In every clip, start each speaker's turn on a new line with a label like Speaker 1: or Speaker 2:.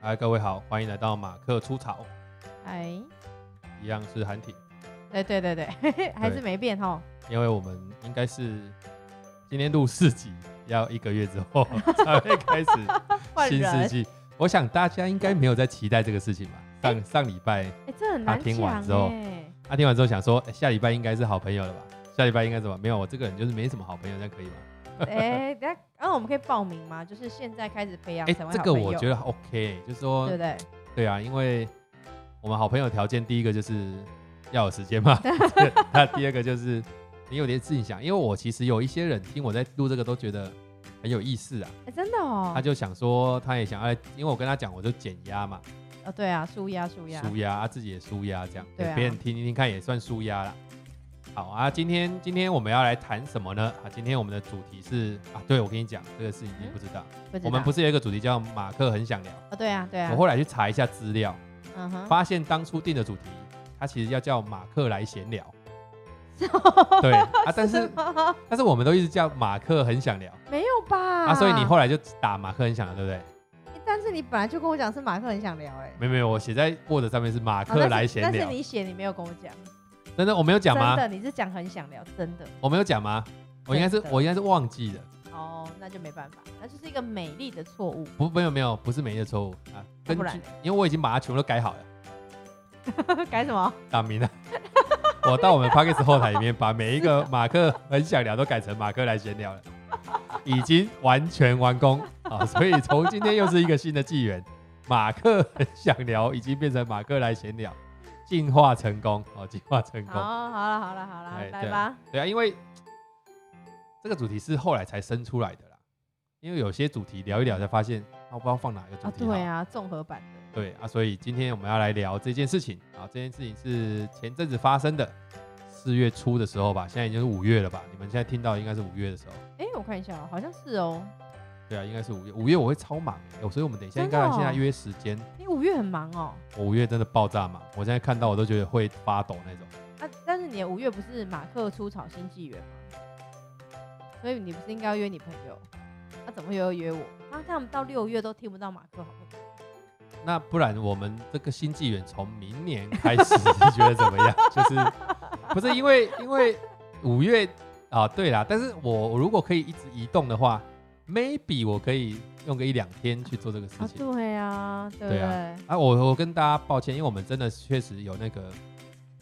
Speaker 1: 嗨，各位好，欢迎来到马克出草，
Speaker 2: 哎，
Speaker 1: 一样是韩挺，
Speaker 2: 对对对对，还是没变哈。
Speaker 1: 因为我们应该是今天录四集，要一个月之后 才会开始
Speaker 2: 换
Speaker 1: 新世
Speaker 2: 人
Speaker 1: 纪。我想大家应该没有在期待这个事情吧？上上礼拜，
Speaker 2: 哎，这很
Speaker 1: 他
Speaker 2: 难
Speaker 1: 听完
Speaker 2: 讲
Speaker 1: 之后
Speaker 2: 哎。
Speaker 1: 他、听完之后想说，诶下礼拜应该是好朋友了吧？下礼拜应该怎么？没有，我这个人就是没什么好朋友，这样可以吗？
Speaker 2: 哎，那那我们可以报名吗？就是现在开始培养
Speaker 1: 哎、
Speaker 2: 成为
Speaker 1: 这
Speaker 2: 好
Speaker 1: 个
Speaker 2: 朋
Speaker 1: 我
Speaker 2: 友
Speaker 1: 觉得 OK，就是说
Speaker 2: 对不对？
Speaker 1: 对啊，因为我们好朋友条件第一个就是要有时间嘛， 对那第二个就是你有点事情想。因为我其实有一些人听我在录这个都觉得很有意思啊，
Speaker 2: 哎，真的哦
Speaker 1: 他。就想说他也想要来，因为我跟他讲我就减压嘛，
Speaker 2: 哦，对啊，舒压舒压。
Speaker 1: 舒压、啊，自己也舒压这样，给
Speaker 2: 对啊
Speaker 1: 别人听听听看也算舒压啦。好啊，今天今天我们要来谈什么呢？啊，今天我们的主题是啊，对我跟你讲这个事情你不知道，
Speaker 2: 知
Speaker 1: 我们
Speaker 2: 道
Speaker 1: 不是有一个主题叫马克很想聊，
Speaker 2: 哦，对啊对啊
Speaker 1: 我。后来去查一下资料。
Speaker 2: 嗯哼。
Speaker 1: 发现当初定的主题，它其实要叫马克来闲 聊。对啊，但是
Speaker 2: 吗
Speaker 1: 但是我们都一直叫马克很想聊
Speaker 2: 没有吧？
Speaker 1: 啊，所以你后来就打马克很想聊，对不对？
Speaker 2: 哎，但是你本来就跟我讲是马克很想聊哎。
Speaker 1: 没有没有，我写在 Word 上面是马
Speaker 2: 哦但
Speaker 1: 克
Speaker 2: 是
Speaker 1: 来闲
Speaker 2: 但是
Speaker 1: 聊。
Speaker 2: 你写你没有跟我讲，
Speaker 1: 真的我没有讲
Speaker 2: 真
Speaker 1: 吗？
Speaker 2: 的你是讲很想聊，真的
Speaker 1: 我没有讲吗？我应该是
Speaker 2: 真的
Speaker 1: 我应该是忘记了，
Speaker 2: 哦，那就没办法，那就是一个美丽的错 误。
Speaker 1: 不没有没有，不是每一个错误啊，根
Speaker 2: 不
Speaker 1: 据
Speaker 2: 然
Speaker 1: 因为我已经把它全部都改好了，
Speaker 2: 改什么？
Speaker 1: 打明了。 我到我们 p o c k e t 后台里面把每一
Speaker 2: 啊
Speaker 1: 个马克很想聊都改成马克来闲聊了，已经完全完工 啊！所以从今天又是一个新的纪元，马克很想聊已经变成马克来闲聊，进化成功哦，进化成
Speaker 2: 好，
Speaker 1: 功。
Speaker 2: 哦好了，好了，好了
Speaker 1: 哎，
Speaker 2: 来
Speaker 1: 对
Speaker 2: 吧。
Speaker 1: 对啊，因为这个主题是后来才生出来的啦，因为有些主题聊一聊才发现，啊我不知道放哪个主
Speaker 2: 啊，
Speaker 1: 题好。
Speaker 2: 对啊，综合版的。
Speaker 1: 对啊，所以今天我们要来聊这件事情啊，这件事情是前阵子发生的，四月初的时候吧，现在已经是五月了吧？你们现在听到应该是五月的时候，
Speaker 2: 哎，我看一下哦，好像是哦。
Speaker 1: 对啊，应该是五月。五月我会超忙、欸，所以我们等一下应该
Speaker 2: 真的
Speaker 1: 要
Speaker 2: 哦
Speaker 1: 现在约时间。
Speaker 2: 你五月很忙哦，
Speaker 1: 我五月真的爆炸忙，我现在看到我都觉得会发抖那种。
Speaker 2: 啊，但是你的五月不是马克出草新纪元吗？所以你不是应该要约你朋友？他怎么又要约我？啊，他们到六月都听不到马克，好不好？
Speaker 1: 那不然我们这个新纪元从明年开始，你觉得怎么样？就是不是因为因为五月啊？对啦，但是我如果可以一直移动的话，maybe 我可以用个一两天去做这个事
Speaker 2: 啊，
Speaker 1: 情。
Speaker 2: 对啊，对不
Speaker 1: 对
Speaker 2: 对？
Speaker 1: 啊，我我跟大家抱歉，因为我们真的确实有那个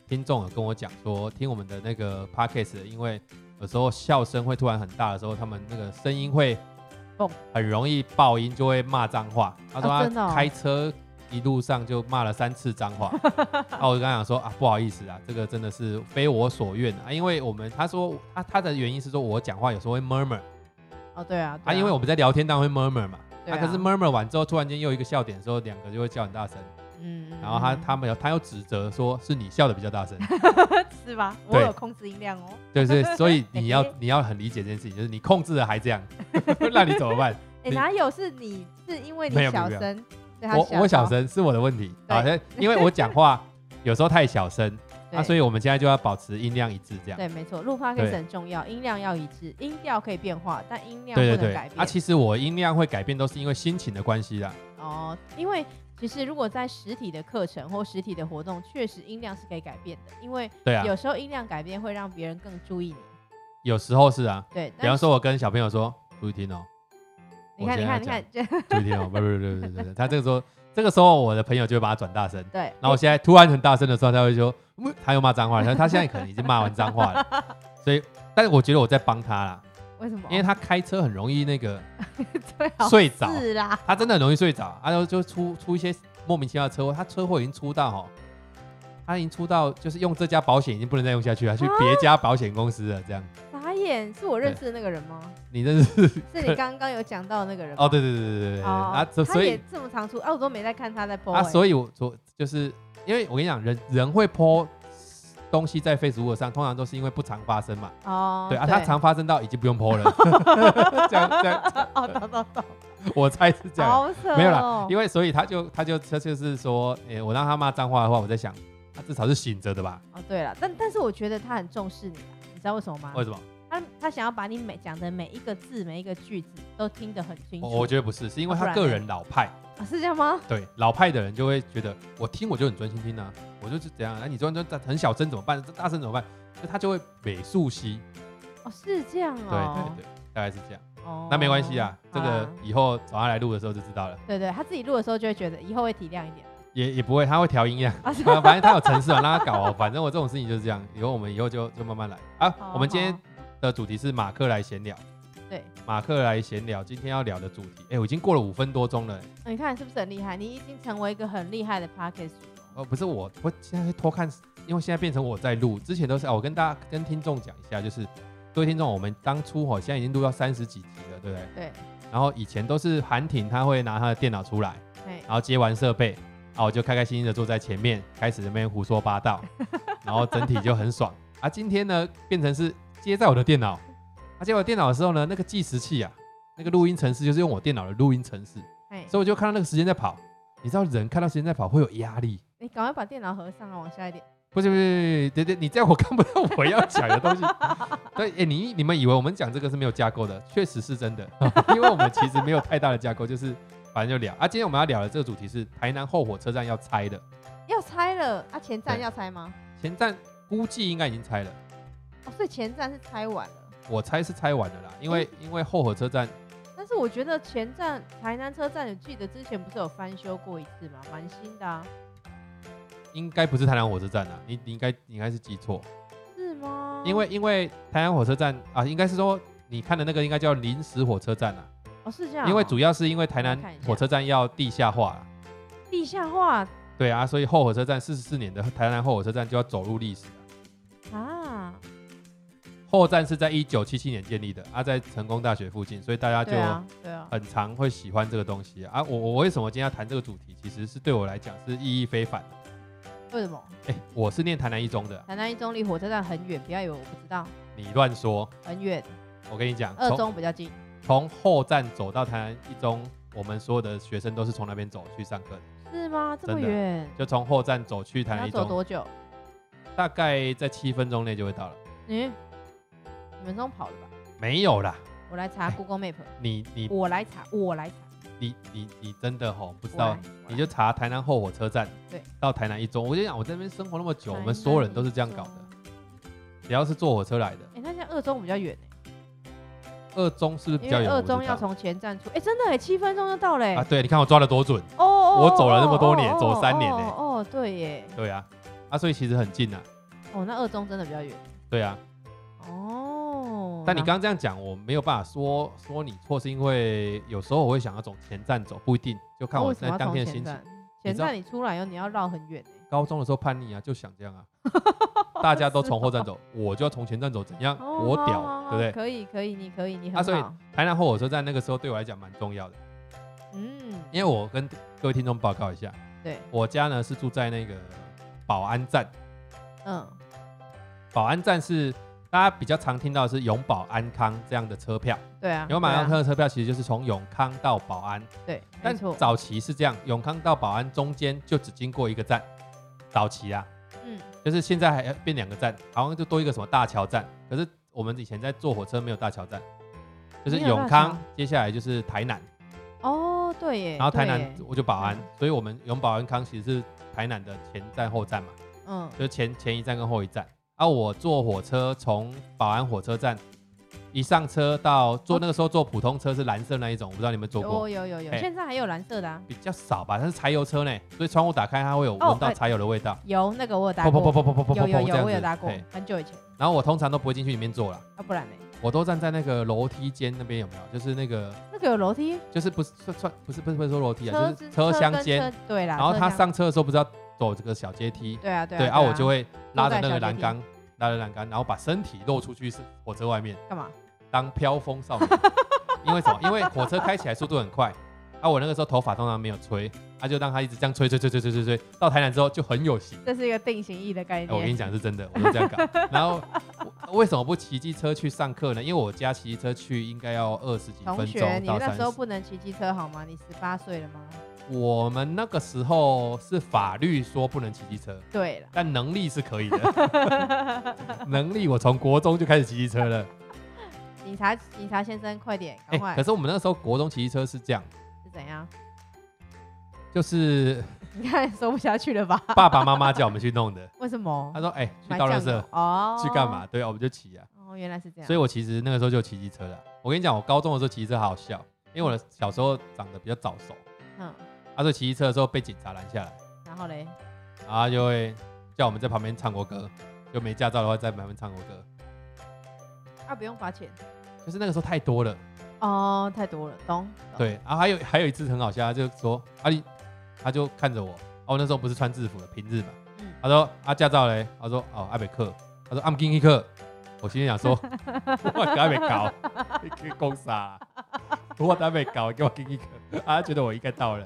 Speaker 1: 听众有跟我讲说，听我们的那个 podcast，因为有时候笑声会突然很大的时候，他们那个声音会
Speaker 2: 蹦
Speaker 1: 很容易爆音，就会骂脏话。他说
Speaker 2: 啊真的
Speaker 1: 他
Speaker 2: 哦
Speaker 1: 开车一路上就骂了三次脏 话，啊，我就跟他讲说啊，不好意思啊，这个真的是非我所愿啊，因为我们他说他他的原因是说我讲话有时候会 murmur 啊
Speaker 2: 哦，对啊，
Speaker 1: 啊，因为我们在聊天当然会 murmur 嘛，
Speaker 2: 对啊
Speaker 1: 可是 murmur 完之后，突然间又一个笑点的时候，两个就会叫很大声。
Speaker 2: 嗯，嗯
Speaker 1: 然后他
Speaker 2: 嗯
Speaker 1: 他们有他又指责说是你笑的比较大声，
Speaker 2: 嗯是吧？我
Speaker 1: 对
Speaker 2: 有控制音量哦。
Speaker 1: 就是所以你要你要很理解这件事情，就是你控制了还这样，那你怎么办？你
Speaker 2: 哎，哪有是你是因为你
Speaker 1: 没有没有
Speaker 2: 小
Speaker 1: 没有
Speaker 2: 声，对他
Speaker 1: 我我小
Speaker 2: 到，
Speaker 1: 声是我的问题，
Speaker 2: 对
Speaker 1: 好像因为我讲话有时候太小声，啊，
Speaker 2: 对
Speaker 1: 所以我们现在就要保持音量一致这样。
Speaker 2: 对，没错，录 p o d
Speaker 1: 对
Speaker 2: c 很重要，音量要一致，音调可以变化，但音量
Speaker 1: 对
Speaker 2: 不
Speaker 1: 对
Speaker 2: 能
Speaker 1: 对
Speaker 2: 改，变。
Speaker 1: 啊，其实我音量会改变都是因为心情的关系啦。
Speaker 2: 哦，因为其实如果在实体的课程或实体的活动，确实音量是可以改变的，因为
Speaker 1: 对啊，
Speaker 2: 有时候音量改变会让别人更注意你。
Speaker 1: 有时候是啊，
Speaker 2: 对，
Speaker 1: 比方
Speaker 2: 但是
Speaker 1: 说我跟小朋友说注意听哦，
Speaker 2: 你看，你看，
Speaker 1: 我
Speaker 2: 你
Speaker 1: 现在
Speaker 2: 看，这
Speaker 1: 注意听哦，不不不不不不不，他这个时候这个时候我的朋友就会把他转大声。
Speaker 2: 对，
Speaker 1: 然后我现在突然很大声的时候，他会 说，嗯他又骂脏话了。他他现在可能已经骂完脏话了， 所以，但是我觉得我在帮他啦，
Speaker 2: 为什么？
Speaker 1: 因 为他开车很容易那个
Speaker 2: 最好
Speaker 1: 睡着，
Speaker 2: 哦是啦，
Speaker 1: 他真的很容易睡着，啊然后就出出一些莫名其妙的车祸。他车祸已经出到哦，他已经出到就是用这家保险已经不能再用下去
Speaker 2: 啊
Speaker 1: 了，去别家保险公司了。这样，
Speaker 2: 傻眼，是我认识的那个人吗？
Speaker 1: 你认识？
Speaker 2: 是你刚刚有讲到的那个人吗？
Speaker 1: 哦，对对对对对对，啊，
Speaker 2: 哦，
Speaker 1: 这
Speaker 2: 他
Speaker 1: 所
Speaker 2: 也
Speaker 1: 以
Speaker 2: 这么常出，啊，我都没在看他在播。
Speaker 1: 啊，
Speaker 2: 以
Speaker 1: 所以我所就是因为我跟你讲，人人会泼东西在 Facebook 上，通常都是因为不常发生嘛。
Speaker 2: 哦，
Speaker 1: 对啊，它常发生到已经不用剖 了，这样这样，
Speaker 2: 哦，懂懂懂，
Speaker 1: 我猜是这样，
Speaker 2: 好扯哦，
Speaker 1: 没有啦，因为所以他就他就他就是说，诶、我让他骂脏话的话，我在想，他至少是醒着的吧？
Speaker 2: 哦，对了，但但是我觉得他很重视你啊，你知道为什么吗？
Speaker 1: 为什么？
Speaker 2: 他他想要把你每讲的每一个字、每一个句子都听得很清楚。
Speaker 1: 哦我我觉得不是，是因为
Speaker 2: 啊不
Speaker 1: 他
Speaker 2: 然
Speaker 1: 个
Speaker 2: 呢
Speaker 1: 人老派，
Speaker 2: 啊是这样吗？
Speaker 1: 对老派的人就会觉得我听我就很专心听啊，我就是怎样，那、你专专很小声怎么办？大声怎么办？就他就会美术西，
Speaker 2: 哦，是这样
Speaker 1: 对
Speaker 2: 哦。
Speaker 1: 对对，大概是这样。
Speaker 2: 对。哦
Speaker 1: 那没关系啊，这个
Speaker 2: 啊
Speaker 1: 以后找他来录的时候就知道了，
Speaker 2: 对对，他自己录的时候就会觉得以后会体谅一点。
Speaker 1: 也也不会，他会调音量。
Speaker 2: 啊，是
Speaker 1: 啊，反正他有城市嘛，让他搞哦。反正我这种事情就是这样，以后我们以后就就慢慢来啊。
Speaker 2: 好
Speaker 1: 我们今天
Speaker 2: 哦好
Speaker 1: 的主题是马克来闲聊，
Speaker 2: 对，
Speaker 1: 马克来闲聊，今天要聊的主题，哎、我已经过了五分多钟了、
Speaker 2: 哦你看是不是很厉害？你已经成为一个很厉害的 p o d c a s t
Speaker 1: 哦，不是我，我现在会偷看，因为现在变成我在录，之前都是啊，我跟大家跟听众讲一下，就是各位听众，我们当初哦，现在已经录到三十几集了，对不对？
Speaker 2: 对，
Speaker 1: 然后以前都是韩挺他会拿他的电脑出来，
Speaker 2: 哎，
Speaker 1: 然后接完设备，啊，我就开开心心的坐在前面，开始在那边胡说八道，然后整体就很爽。啊，今天呢变成是接在我的电脑，啊，接我的电脑的时候呢，那个计时器啊，那个录音程式就是用我电脑的录音程式，
Speaker 2: 哎，
Speaker 1: 所以我就看到那个时间在跑。你知道人看到时间在跑会有压力，
Speaker 2: 你赶快把电脑合上啊，往下一点。
Speaker 1: 不是不是，对对，你这样我看不到我要讲的东西。对，哎，你你们以为我们讲这个是没有架构的，确实是真的， 因为我们其实没有太大的架构，就是反正就聊。啊，今天我们要聊的这个主题是台南后火车站要拆的，
Speaker 2: 要拆了啊，前站
Speaker 1: 对
Speaker 2: 要拆吗？
Speaker 1: 前站估计应该已经拆了，
Speaker 2: 哦，所以前站是拆完了。
Speaker 1: 我猜是拆完了啦，因为、因为后火车站
Speaker 2: 但是我觉得前站台南车站，你记得之前不是有翻修过一次吗？蛮新的啊，
Speaker 1: 应该不是台南火车站啦，你你应该你应该是记错，
Speaker 2: 是吗？
Speaker 1: 因为因为台南火车站啊，应该是说你看的那个应该叫临时火车站啦，
Speaker 2: 哦是这样哦，
Speaker 1: 因为主要是因为台南
Speaker 2: 我看一下
Speaker 1: 火车站要地下化啦。
Speaker 2: 地下化
Speaker 1: 对啊，所以后火车站四十四年的台南后火车站就要走入历史了。
Speaker 2: 啊，
Speaker 1: 后站是在一九七七年建立的，啊，在成功大学附近，所以大家就
Speaker 2: 对啊对啊，
Speaker 1: 很常会喜欢这个东西啊。啊我我为什么今天要谈这个主题，其实是对我来讲是意义非凡。
Speaker 2: 为什么？
Speaker 1: 哎、我是念台南一中的，
Speaker 2: 台南一中离火车站很远，不要以为我不知道，
Speaker 1: 你乱说，
Speaker 2: 很远，
Speaker 1: 我跟你讲，
Speaker 2: 二
Speaker 1: 从
Speaker 2: 中比较近。
Speaker 1: 从后站走到台南一中，我们所有的学生都是从那边走去上课的，
Speaker 2: 是吗？这么
Speaker 1: 真的
Speaker 2: 远，
Speaker 1: 就从后站走去台
Speaker 2: 你
Speaker 1: 南
Speaker 2: 要
Speaker 1: 一
Speaker 2: 走
Speaker 1: 中，
Speaker 2: 多久？
Speaker 1: 大概在七分钟内就会到了。
Speaker 2: 嗯，你们中跑的吧？
Speaker 1: 没有啦，
Speaker 2: 我来查 Google Map，
Speaker 1: 你哎你
Speaker 2: 我来查，我来查，
Speaker 1: 你你你真的吼不知
Speaker 2: 我
Speaker 1: 道
Speaker 2: 来，
Speaker 1: 你就查台南后火车站，
Speaker 2: 对，
Speaker 1: 到台南一中。我就讲，我在那边生活那么久，我们所有人都是这样搞的，。只要是坐火车来的。
Speaker 2: 哎，那现在二中比较远欸
Speaker 1: 二中是不是比
Speaker 2: 因
Speaker 1: 较
Speaker 2: 为
Speaker 1: 远？
Speaker 2: 二
Speaker 1: 我不知
Speaker 2: 中要
Speaker 1: 道
Speaker 2: 从前站出，哎，真的哎，七分钟就到嘞。
Speaker 1: 啊，
Speaker 2: 哦
Speaker 1: 对，你看我抓的多准，
Speaker 2: 哦哦，
Speaker 1: 我走了那么
Speaker 2: 哦
Speaker 1: 多年
Speaker 2: 哦
Speaker 1: 走三
Speaker 2: 哦
Speaker 1: 年
Speaker 2: 哦
Speaker 1: 欸
Speaker 2: 哦，对耶，
Speaker 1: 对啊，啊，所以其实很近啊，
Speaker 2: 哦，那二中真的比较远。
Speaker 1: 对啊。
Speaker 2: 哦，
Speaker 1: 但你
Speaker 2: 那
Speaker 1: 刚刚这样讲，我没有办法说说你错，是因为有时候我会想要从前站走，不一定，就看我
Speaker 2: 哦为什么
Speaker 1: 在
Speaker 2: 要
Speaker 1: 当
Speaker 2: 从
Speaker 1: 天的
Speaker 2: 前
Speaker 1: 心情。
Speaker 2: 站。前
Speaker 1: 知道
Speaker 2: 站你出来以后，你要绕很远欸
Speaker 1: 高中的时候叛逆啊，就想这 样啊，大家都从后站走，我就要从前站走，怎样？
Speaker 2: 哦
Speaker 1: 我
Speaker 2: 好
Speaker 1: 屌
Speaker 2: 好，
Speaker 1: 对
Speaker 2: 好
Speaker 1: 不对？
Speaker 2: 可以可以，你可以，你
Speaker 1: 啊
Speaker 2: 很
Speaker 1: 所以
Speaker 2: 好。
Speaker 1: 台南后火车站那个时候对我来讲蛮重要的，
Speaker 2: 嗯，
Speaker 1: 因为我跟各位听众报告一下，
Speaker 2: 对，
Speaker 1: 我家呢是住在那个保安站，
Speaker 2: 嗯，
Speaker 1: 保安站是大家比较常听到的是永保安康这样的车票，
Speaker 2: 对啊。
Speaker 1: 永保安
Speaker 2: 对
Speaker 1: 康
Speaker 2: 啊
Speaker 1: 的车票其实就是从永康到保安，
Speaker 2: 对，没
Speaker 1: 但
Speaker 2: 错。
Speaker 1: 早期是这样，永康到保安中间就只经过一个站，早期啊，
Speaker 2: 嗯，
Speaker 1: 就是现在还要变两个站，好像就多一个什么大桥站，可是我们以前在坐火车没有大桥站，就是
Speaker 2: 没有大
Speaker 1: 永康
Speaker 2: 桥，
Speaker 1: 接下来就是台南。
Speaker 2: 哦，对耶。
Speaker 1: 然后台
Speaker 2: 对
Speaker 1: 南
Speaker 2: 耶
Speaker 1: 我就保安
Speaker 2: 嗯，
Speaker 1: 所以我们永保安康其实是台南的前站后站嘛，
Speaker 2: 嗯，
Speaker 1: 就是前前一站跟后一站。啊，我坐火车从保安火车站一上车到
Speaker 2: 哦
Speaker 1: 坐那个时候坐普通车是蓝色那一种，我不知道你们坐
Speaker 2: 有
Speaker 1: 过，
Speaker 2: 有有有，
Speaker 1: 哎
Speaker 2: 现在还有蓝色的啊，
Speaker 1: 比较少吧，它是柴油车呢，所以窗户打开它会有闻到
Speaker 2: 哎
Speaker 1: 柴油的味道，
Speaker 2: 有那个我有搭
Speaker 1: 砰砰砰
Speaker 2: 过，
Speaker 1: 砰砰砰砰
Speaker 2: 有有
Speaker 1: 砰这
Speaker 2: 有，我有
Speaker 1: 样
Speaker 2: 搭
Speaker 1: 子。
Speaker 2: 过
Speaker 1: 嘿，
Speaker 2: 很久以前，
Speaker 1: 然后我通常都不会进去里面坐啦，
Speaker 2: 啊不然呢？
Speaker 1: 我都站在那个楼梯间那边有没有？就是那个
Speaker 2: 那个有楼梯，
Speaker 1: 就是不是算算不是不是不是说楼梯啊，
Speaker 2: 车
Speaker 1: 就
Speaker 2: 子
Speaker 1: 是车厢
Speaker 2: 跟
Speaker 1: 间。
Speaker 2: 车，对啦。
Speaker 1: 然后
Speaker 2: 车
Speaker 1: 他
Speaker 2: 厢，
Speaker 1: 上车的时候不是要走这个小阶梯，
Speaker 2: 对啊对啊，
Speaker 1: 对啊，我就会拉着
Speaker 2: 在
Speaker 1: 那个
Speaker 2: 小阶
Speaker 1: 栏
Speaker 2: 梯
Speaker 1: 杆，拉着栏杆，然后把身体露出去是火车外面
Speaker 2: 干嘛？
Speaker 1: 当飘风 少年。因为什么？因为火车开起来速度很快，啊，我那个时候头发通常没有吹，啊，就让它一直这样吹吹吹吹吹吹吹，到台南之后就很有型。
Speaker 2: 这是一个定型义的概
Speaker 1: 哎我跟你
Speaker 2: 念。
Speaker 1: 讲是真的，我就这样 搞。然后我为什么不骑机车去上课呢？因为我家骑机车去应该要二十几
Speaker 2: 同
Speaker 1: 分
Speaker 2: 学，
Speaker 1: 钟
Speaker 2: 你
Speaker 1: 到
Speaker 2: 们那
Speaker 1: 三
Speaker 2: 时候
Speaker 1: 十。
Speaker 2: 不能骑机车好吗？你十八岁了吗？
Speaker 1: 我们那个时候是法律说不能骑机车，
Speaker 2: 对了，
Speaker 1: 但能力是可以的，能力我从国中就开始骑机车了，
Speaker 2: 警察警察先生，快点，赶
Speaker 1: 哎、
Speaker 2: 快
Speaker 1: 可，是我们那时候国中骑车是这样，
Speaker 2: 是怎样？
Speaker 1: 就是
Speaker 2: 你看说不下去了吧？
Speaker 1: 爸爸妈妈叫我们去弄的。
Speaker 2: 为什么
Speaker 1: 他？说：“哎、去
Speaker 2: 哦买
Speaker 1: 倒垃
Speaker 2: 酱
Speaker 1: 圾
Speaker 2: 油，哦，
Speaker 1: 去干嘛？？对啊，我们就骑啊。
Speaker 2: 哦，原来是这样。
Speaker 1: 所以我其实那个时候就骑机车了。我跟你讲，我高中的时候骑车好好笑，因为我的小时候长得比较早熟，
Speaker 2: 嗯，
Speaker 1: 啊，所以骑机车的时候被警察拦下来，
Speaker 2: 然后嘞，
Speaker 1: 然后他就会叫我们在旁边唱国歌，就没驾照的话在旁边唱国歌。
Speaker 2: 啊，不用罚钱
Speaker 1: 就是那个时候太多了，
Speaker 2: 哦，太多了，懂？懂，
Speaker 1: 对。然后还有还有一次很好笑，他就说：啊你，他就看着我，哦，那时候不是穿制服的，平日嘛。
Speaker 2: 嗯
Speaker 1: 他说：啊，驾照嘞？他说：哦，阿北克。他说：阿姆金一克。我心里想说， 我阿北搞，你去攻杀、我阿北搞，给我金一克。啊，他觉得我应该到了，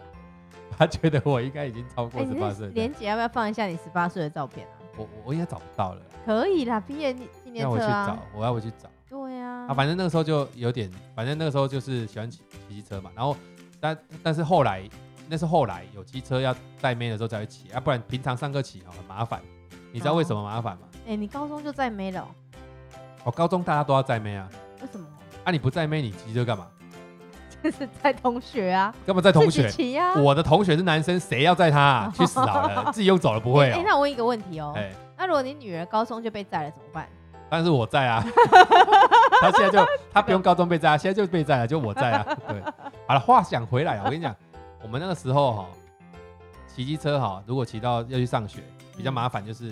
Speaker 1: 他觉得我应该已经超过
Speaker 2: 哎，
Speaker 1: 十
Speaker 2: 你
Speaker 1: 八
Speaker 2: 那
Speaker 1: 岁了。
Speaker 2: 莲姐要不要放一下你十八岁的照片啊？
Speaker 1: 我我我应该找不到了，
Speaker 2: 可以啦，毕业纪念
Speaker 1: 要我去
Speaker 2: 册
Speaker 1: 找
Speaker 2: 啊，，
Speaker 1: 我要我去找。
Speaker 2: 对呀
Speaker 1: 啊，，反正那个时候就有点，反正那个时候就是喜欢骑骑机车嘛。然后，但但是后来，那是后来有机车要带妹的时候才会骑啊，不然平常上课骑哦很麻烦。你知道为什么麻烦吗？
Speaker 2: 哎，你高中就在没了，哦
Speaker 1: 我、高中大家都要载妹啊，
Speaker 2: 为什么？
Speaker 1: 啊你不载妹你骑车干嘛？
Speaker 2: 就是在同学啊，
Speaker 1: 干嘛载同
Speaker 2: 自
Speaker 1: 学
Speaker 2: 己？骑啊。
Speaker 1: 我的同学是男生，谁要载他、 啊？去死好了，自己用走了不会
Speaker 2: 哎、
Speaker 1: 哦。
Speaker 2: 那我问一个问题哦、
Speaker 1: 哎，
Speaker 2: 那如果你女儿高中就被载了怎么办？
Speaker 1: 但是我在啊，他现在就他不用高中被载啊，现在就被载了，就我在啊。对，好了，话讲回来啊，我跟你讲，我们那个时候哈、骑机车哈、如果骑到要去上学，比较麻烦就是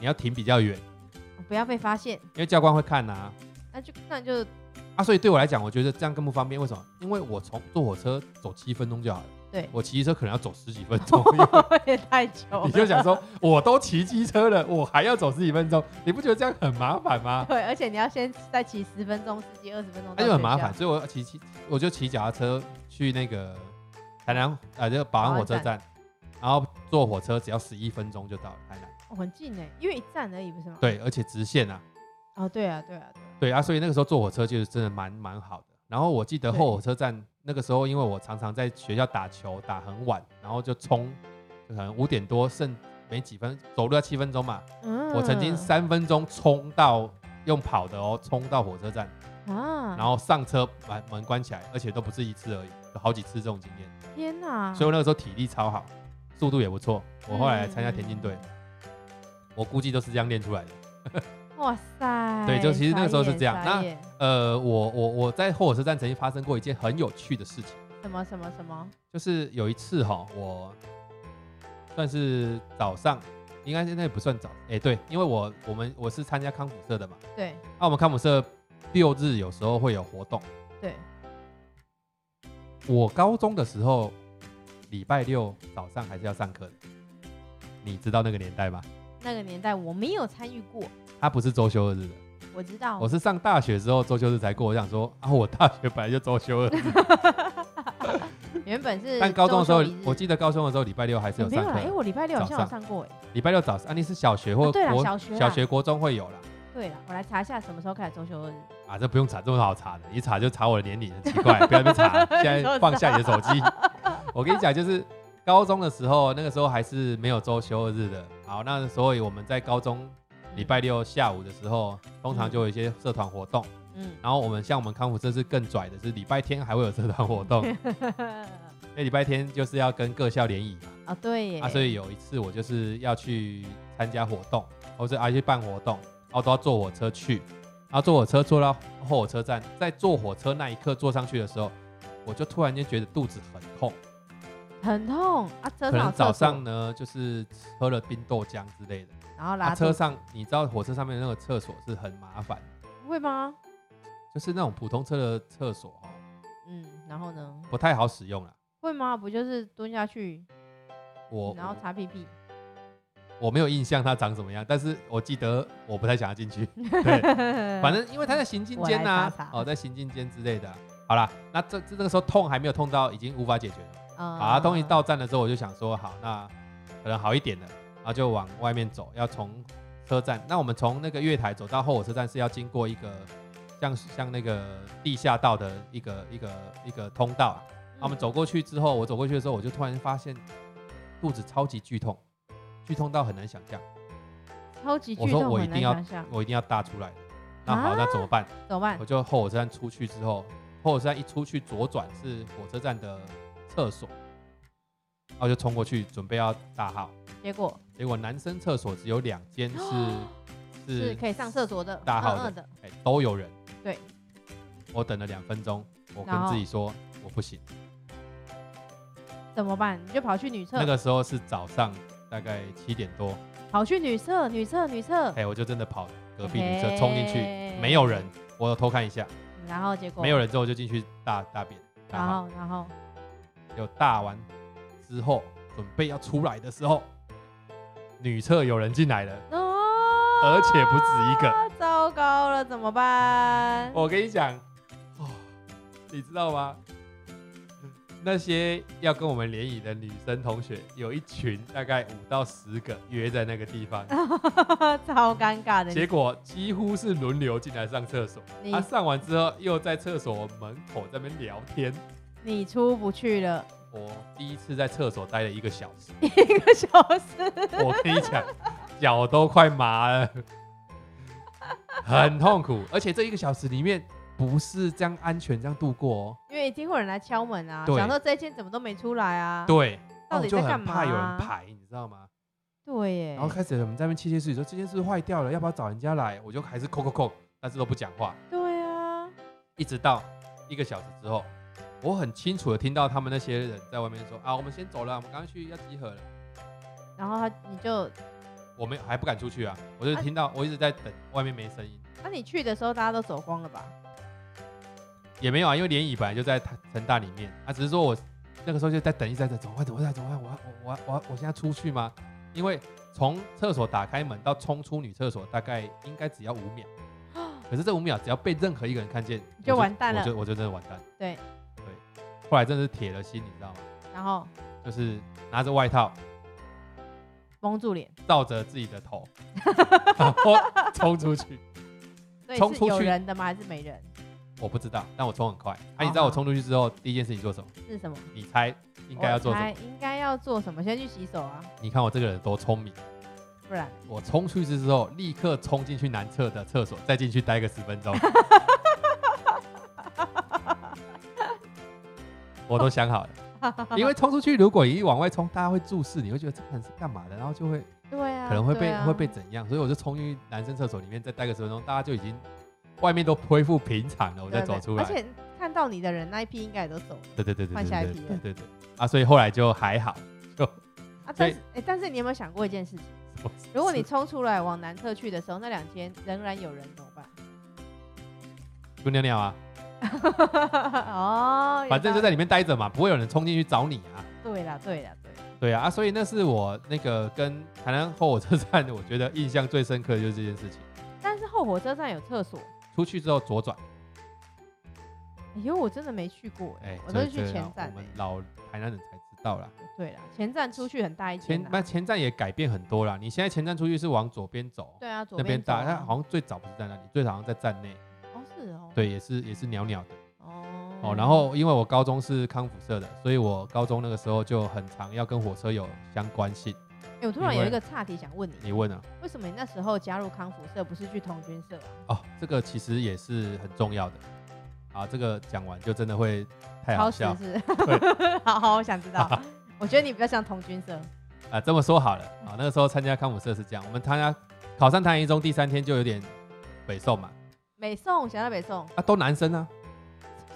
Speaker 1: 你要停比较远，
Speaker 2: 哦不要被发现，
Speaker 1: 因为教官会看呐、啊。
Speaker 2: 那就那就
Speaker 1: 啊，所以对我来讲，我觉得这样更不方便。为什么？因为我从坐火车走七分钟就好了，
Speaker 2: 对，
Speaker 1: 我骑机车可能要走十几分钟。
Speaker 2: 也太久了。
Speaker 1: 你就想说，我都骑机车了，我还要走十几分钟，你不觉得这样很麻烦吗？
Speaker 2: 对，而且你要先再骑十分钟、十几、二十分钟，
Speaker 1: 那就很麻烦，。所以我骑骑，我就骑脚踏车去那个台南，呃，就保安火车站，然后坐火车只要十一分钟就到了台南。
Speaker 2: 哦、很近哎，因为一站而已，不是吗？。
Speaker 1: 对，而且直线啊，
Speaker 2: 哦，对啊，对啊，对啊。
Speaker 1: 对啊，所以那个时候坐火车就是真的蛮蛮好的。然后我记得
Speaker 2: 对
Speaker 1: 后火车站那个时候，因为我常常在学校打球打很晚，然后就冲，就可能五点多剩没几分，走路要七分钟嘛，
Speaker 2: 嗯
Speaker 1: 我曾经三分钟冲到用跑的哦，冲到火车站，
Speaker 2: 啊，
Speaker 1: 然后上车把门关起来，而且都不是一次而已，有好几次这种经验。
Speaker 2: 天哪！
Speaker 1: 所以我那个时候体力超好，速度也不错。我后来参加田径队，我估计都是这样练出来的。
Speaker 2: 嗯。哇塞！
Speaker 1: 对就其实那个时候是这样
Speaker 2: 傻
Speaker 1: 那
Speaker 2: 眼
Speaker 1: 呃，我我我在火车站曾经发生过一件很有趣的事情，
Speaker 2: 什么什么什么，
Speaker 1: 就是有一次哈、我算是早上，应该现在不算早，哎，对，因为我我们我是参加康复社的嘛，
Speaker 2: 对
Speaker 1: 那我们康复社六日有时候会有活动。
Speaker 2: 对，
Speaker 1: 我高中的时候，礼拜六早上还是要上课的。你知道那个年代吗？
Speaker 2: 那个年代我没有参与过，
Speaker 1: 它不是周休二日的，
Speaker 2: 我知道
Speaker 1: 我。是上大学之后周休日才过。我想说啊，我大学本来就周休 二日，
Speaker 2: 原本是
Speaker 1: 但高中的时候
Speaker 2: 周休一日，
Speaker 1: 我记得高中的时候礼拜六还是有
Speaker 2: 没
Speaker 1: 上
Speaker 2: 有啦，哎，
Speaker 1: 课。
Speaker 2: 我礼拜六好像有
Speaker 1: 早
Speaker 2: 上过哎。
Speaker 1: 礼拜六早上，啊，你是小学或
Speaker 2: 啊对啦
Speaker 1: 国
Speaker 2: 小学啦
Speaker 1: 小学国中会有啦。
Speaker 2: 对了，我来查一下什么时候开始周休二日。
Speaker 1: 啊，这不用查，这么好查的，一查就查我的年龄，很奇怪，不要被查。现在放下你的手 机，我跟你讲，就是高中的时候，那个时候还是没有周休二日的。好，那所以我们在高中礼拜六下午的时候，通常就有一些社团活动。
Speaker 2: 嗯，
Speaker 1: 然后我们像我们康复社是更拽的，是礼拜天还会有社团活动，因为礼拜天就是要跟各校联谊嘛。
Speaker 2: 啊对耶，
Speaker 1: 啊，所以有一次我就是要去参加活动，或者啊去办活动，然后都要坐火车去，然后坐火车坐到后火车站，在坐火车那一刻坐上去的时候，我就突然间觉得肚子很痛，
Speaker 2: 很痛啊，车
Speaker 1: 可
Speaker 2: 上有
Speaker 1: 能
Speaker 2: 厕所
Speaker 1: 早上，呢就是喝了冰豆浆之类的。
Speaker 2: 然后
Speaker 1: 啊，
Speaker 2: 拉
Speaker 1: 车
Speaker 2: 肚子
Speaker 1: 上你知道火车上面那个厕所是很麻烦，
Speaker 2: 会吗？
Speaker 1: 就是那种普通车的厕所哦，
Speaker 2: 嗯，然后呢？
Speaker 1: 不太好使用啦。啊
Speaker 2: 会吗？不就是蹲下去，
Speaker 1: 我
Speaker 2: 然后擦屁屁？
Speaker 1: 我没有印象它长什么样，但是我记得我不太想要进 去。对，反正因为他在行进间呐
Speaker 2: 我来查查，
Speaker 1: 哦，在行进间之类的啊。好啦，那这这那个时候痛还没有痛到已经无法解决了。好啊，
Speaker 2: 啊
Speaker 1: 终于到站的时候，我就想说，好，那可能好一点了，然后就往外面走，要从车站。那我们从那个月台走到后火车站是要经过一个像像那个地下道的一个一个一个通道啊。啊我们走过去之后，我走过去的时候，我就突然发现肚子超级剧痛，剧痛到很难想象，
Speaker 2: 超级
Speaker 1: 我
Speaker 2: 剧
Speaker 1: 说
Speaker 2: 痛，
Speaker 1: 我一
Speaker 2: 很难
Speaker 1: 定要
Speaker 2: 想象。
Speaker 1: 我一定要大出来。那好，
Speaker 2: 啊
Speaker 1: 那怎么办？
Speaker 2: 怎么办
Speaker 1: 我？就后火车站出去之后，后火车站一出去左转是火车站的厕所，然后就冲过去准备要大号，
Speaker 2: 结果
Speaker 1: 结果男生厕所只有两间 是
Speaker 2: 是可以上厕所的，
Speaker 1: 大号
Speaker 2: 嗯嗯的，
Speaker 1: 哎都有人。
Speaker 2: 对，
Speaker 1: 我等了两分钟，我
Speaker 2: 然
Speaker 1: 跟
Speaker 2: 后嗯
Speaker 1: 自己说我不行。
Speaker 2: 怎么办？你就跑去女厕，
Speaker 1: 那个时候是早上大概七点多，
Speaker 2: 跑去女厕，女厕，女厕，
Speaker 1: 哎，我就真的跑隔壁女厕
Speaker 2: 嘿
Speaker 1: 冲进去，没有人，我有偷看一下，
Speaker 2: 然后结果
Speaker 1: 没有，人之后就进去大大便，大
Speaker 2: 然
Speaker 1: 号
Speaker 2: 后然后
Speaker 1: 有大完之后，准备要出来的时候，女厕有人进来了，
Speaker 2: 哦，
Speaker 1: 而且不止一个。
Speaker 2: 啊糟糕了，怎么办？
Speaker 1: 我跟你讲，哦，你知道吗？那些要跟我们联谊的女生同学，有一群大概五到十个约在那个地方，
Speaker 2: 超尴尬的，
Speaker 1: 结果啊几乎是轮流进来上厕所。
Speaker 2: 你
Speaker 1: 他、上完之后，又在厕所门口在那边聊天。
Speaker 2: 你你出不去了，
Speaker 1: 我第一次在厕所待了一个小时，
Speaker 2: 一个小时，
Speaker 1: 我跟你讲，脚都快麻了，很痛苦。而且这一个小时里面，不是这样安全这样度过哦。
Speaker 2: 因为一定会有人来敲门啊，
Speaker 1: 对
Speaker 2: 想说这一间怎么都没出来啊，
Speaker 1: 对，那
Speaker 2: 到
Speaker 1: 我
Speaker 2: 底
Speaker 1: 就
Speaker 2: 在干
Speaker 1: 很
Speaker 2: 嘛
Speaker 1: 怕
Speaker 2: 啊
Speaker 1: 有人排，你知道吗？
Speaker 2: 对耶
Speaker 1: 然后，开始我们在那边窃窃私语说这件事坏掉了，要不要找人家来？我就还是扣扣扣，但是都不讲话，
Speaker 2: 对啊，
Speaker 1: 一直到一个小时之后，我很清楚的听到他们那些人在外面说啊，我们先走了，我们刚刚去要集合了。
Speaker 2: 然后他你就，
Speaker 1: 我们还不敢出去啊，我就
Speaker 2: 啊
Speaker 1: 听到我一直在等，外面没声音，
Speaker 2: 那啊你去的时候大家都走光了吧？
Speaker 1: 也没有啊，因为联谊本来就在台成大里面啊，只是说我那个时候就在等一直在等，怎么办？怎么办？怎么办？我要我我我我现在出去吗？因为从厕所打开门到冲出女厕所，大概应该只要五秒，可是这五秒只要被任何一个人看见，
Speaker 2: 你就
Speaker 1: 我
Speaker 2: 完蛋了
Speaker 1: 我就我就真的完蛋。
Speaker 2: 对
Speaker 1: 对，后来真的是铁了心，你知道吗？
Speaker 2: 然后
Speaker 1: 就是拿着外套
Speaker 2: 蒙住脸，
Speaker 1: 罩着自己的头，然后冲出去。
Speaker 2: 所以
Speaker 1: 冲
Speaker 2: 是
Speaker 1: 出
Speaker 2: 有
Speaker 1: 去
Speaker 2: 人的吗？还是没人？
Speaker 1: 我不知道，但我冲很快。啊，你知道我冲出去之后第一件事情做什么？
Speaker 2: 是什么？
Speaker 1: 你猜应该要做什么？
Speaker 2: 我猜应该要做什么？先去洗手啊，
Speaker 1: 你看我这个人多聪明，
Speaker 2: 不然
Speaker 1: 我冲出去之后立刻冲进去男厕的厕所，再进去待个十分钟。 我都想好了， 因为冲出去如果一往外冲，大家会注视你，会觉得这个人是干嘛的，然后就会
Speaker 2: 对啊，
Speaker 1: 可能会
Speaker 2: 对
Speaker 1: 被、
Speaker 2: 啊
Speaker 1: 会被怎样，所以我就冲进去男生厕所里面再待个十分钟，大家就已经外面都恢复平常了，我再
Speaker 2: 对
Speaker 1: 走
Speaker 2: 对啊
Speaker 1: 出来
Speaker 2: 而。且看到你的人那一批应该也都走了
Speaker 1: 对对对对对
Speaker 2: 换下一
Speaker 1: 对
Speaker 2: 批了
Speaker 1: 对对对啊，所以后来就还好。
Speaker 2: 啊。
Speaker 1: 所
Speaker 2: 但
Speaker 1: 以
Speaker 2: 是哎，但是你有没有想过一件事情？如果你冲出来往南侧去的时候，那两间仍然有人怎么 办？
Speaker 1: 不尿尿啊，
Speaker 2: 哦，有
Speaker 1: 反正就
Speaker 2: 道
Speaker 1: 在里面待着嘛，不会有人冲进去找你啊。
Speaker 2: 理对啦，对啦，对啦。
Speaker 1: 对啊，啊，所以那是我那个跟台南后火车站，我觉得印象最深刻的就是这件事情。
Speaker 2: 但是后火车站有厕所，
Speaker 1: 出去之后左转，
Speaker 2: 哎呦，我真的没去过哎
Speaker 1: 哎，，
Speaker 2: 我都是
Speaker 1: 这
Speaker 2: 去
Speaker 1: 这
Speaker 2: 前站
Speaker 1: 我们
Speaker 2: 哎。
Speaker 1: 老台南人才知道啦。
Speaker 2: 对啦，前站出去很大一
Speaker 1: 前
Speaker 2: 间
Speaker 1: 那
Speaker 2: 啦。
Speaker 1: 前站也改变很多啦，你现在前站出去是往左边走，
Speaker 2: 对啊，左
Speaker 1: 那边
Speaker 2: 走
Speaker 1: 大，
Speaker 2: 啊
Speaker 1: 它好像最早不是在那里，最早好像在站内，
Speaker 2: 哦是哦，
Speaker 1: 对，也是也是袅袅的。
Speaker 2: 哦
Speaker 1: 哦，然后因为我高中是康复社的，所以我高中那个时候就很常要跟火车有相关性。
Speaker 2: 哎，我突然
Speaker 1: 因
Speaker 2: 有
Speaker 1: 为
Speaker 2: 一个岔题想问你，
Speaker 1: 你问啊？
Speaker 2: 为什么你那时候加入康复社不是去童军社啊？
Speaker 1: 哦，这个其实也是很重要的。啊，这个讲完就真的会太好
Speaker 2: 超时
Speaker 1: 哎笑
Speaker 2: 是不是？ 好好，我想知 道。我觉得你比较像童军社，
Speaker 1: 啊。这么说好了，啊，那个时候参加康复社是这样，我们参加考上台一中第三天就有点北宋嘛，
Speaker 2: 北宋想到北宋，
Speaker 1: 啊，都男生啊，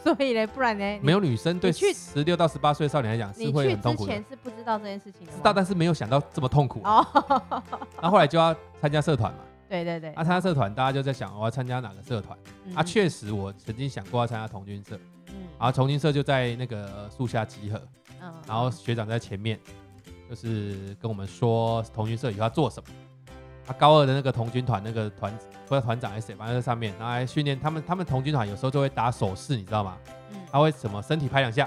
Speaker 2: 所以嘞，不然呢？你
Speaker 1: 没有女生对
Speaker 2: 你去
Speaker 1: 十六到十八岁的少年来讲是
Speaker 2: 你
Speaker 1: 会
Speaker 2: 去
Speaker 1: 很痛
Speaker 2: 之
Speaker 1: 苦的
Speaker 2: 前，是不知道这件事情的
Speaker 1: 知
Speaker 2: 吗？
Speaker 1: 道但是没有想到这么痛苦。
Speaker 2: 哦，
Speaker 1: 那后来就要参加社团嘛，
Speaker 2: 对对 对，
Speaker 1: 啊，参加社团大家就在想我要参加哪个社团。
Speaker 2: 嗯
Speaker 1: 啊，，确实我曾经想过要参加童军社，
Speaker 2: 嗯
Speaker 1: 然后童军社就在那个呃树下集合，
Speaker 2: 嗯
Speaker 1: 啊然后学长在前面，就是跟我们说童军社以后要做什么。啊，高二的那个童军团那个团不知道团长还是谁，反正在上面，然后还训练他们。他们童军团有时候就会打手势，你知道吗？
Speaker 2: 嗯
Speaker 1: 他会什么身体拍两下，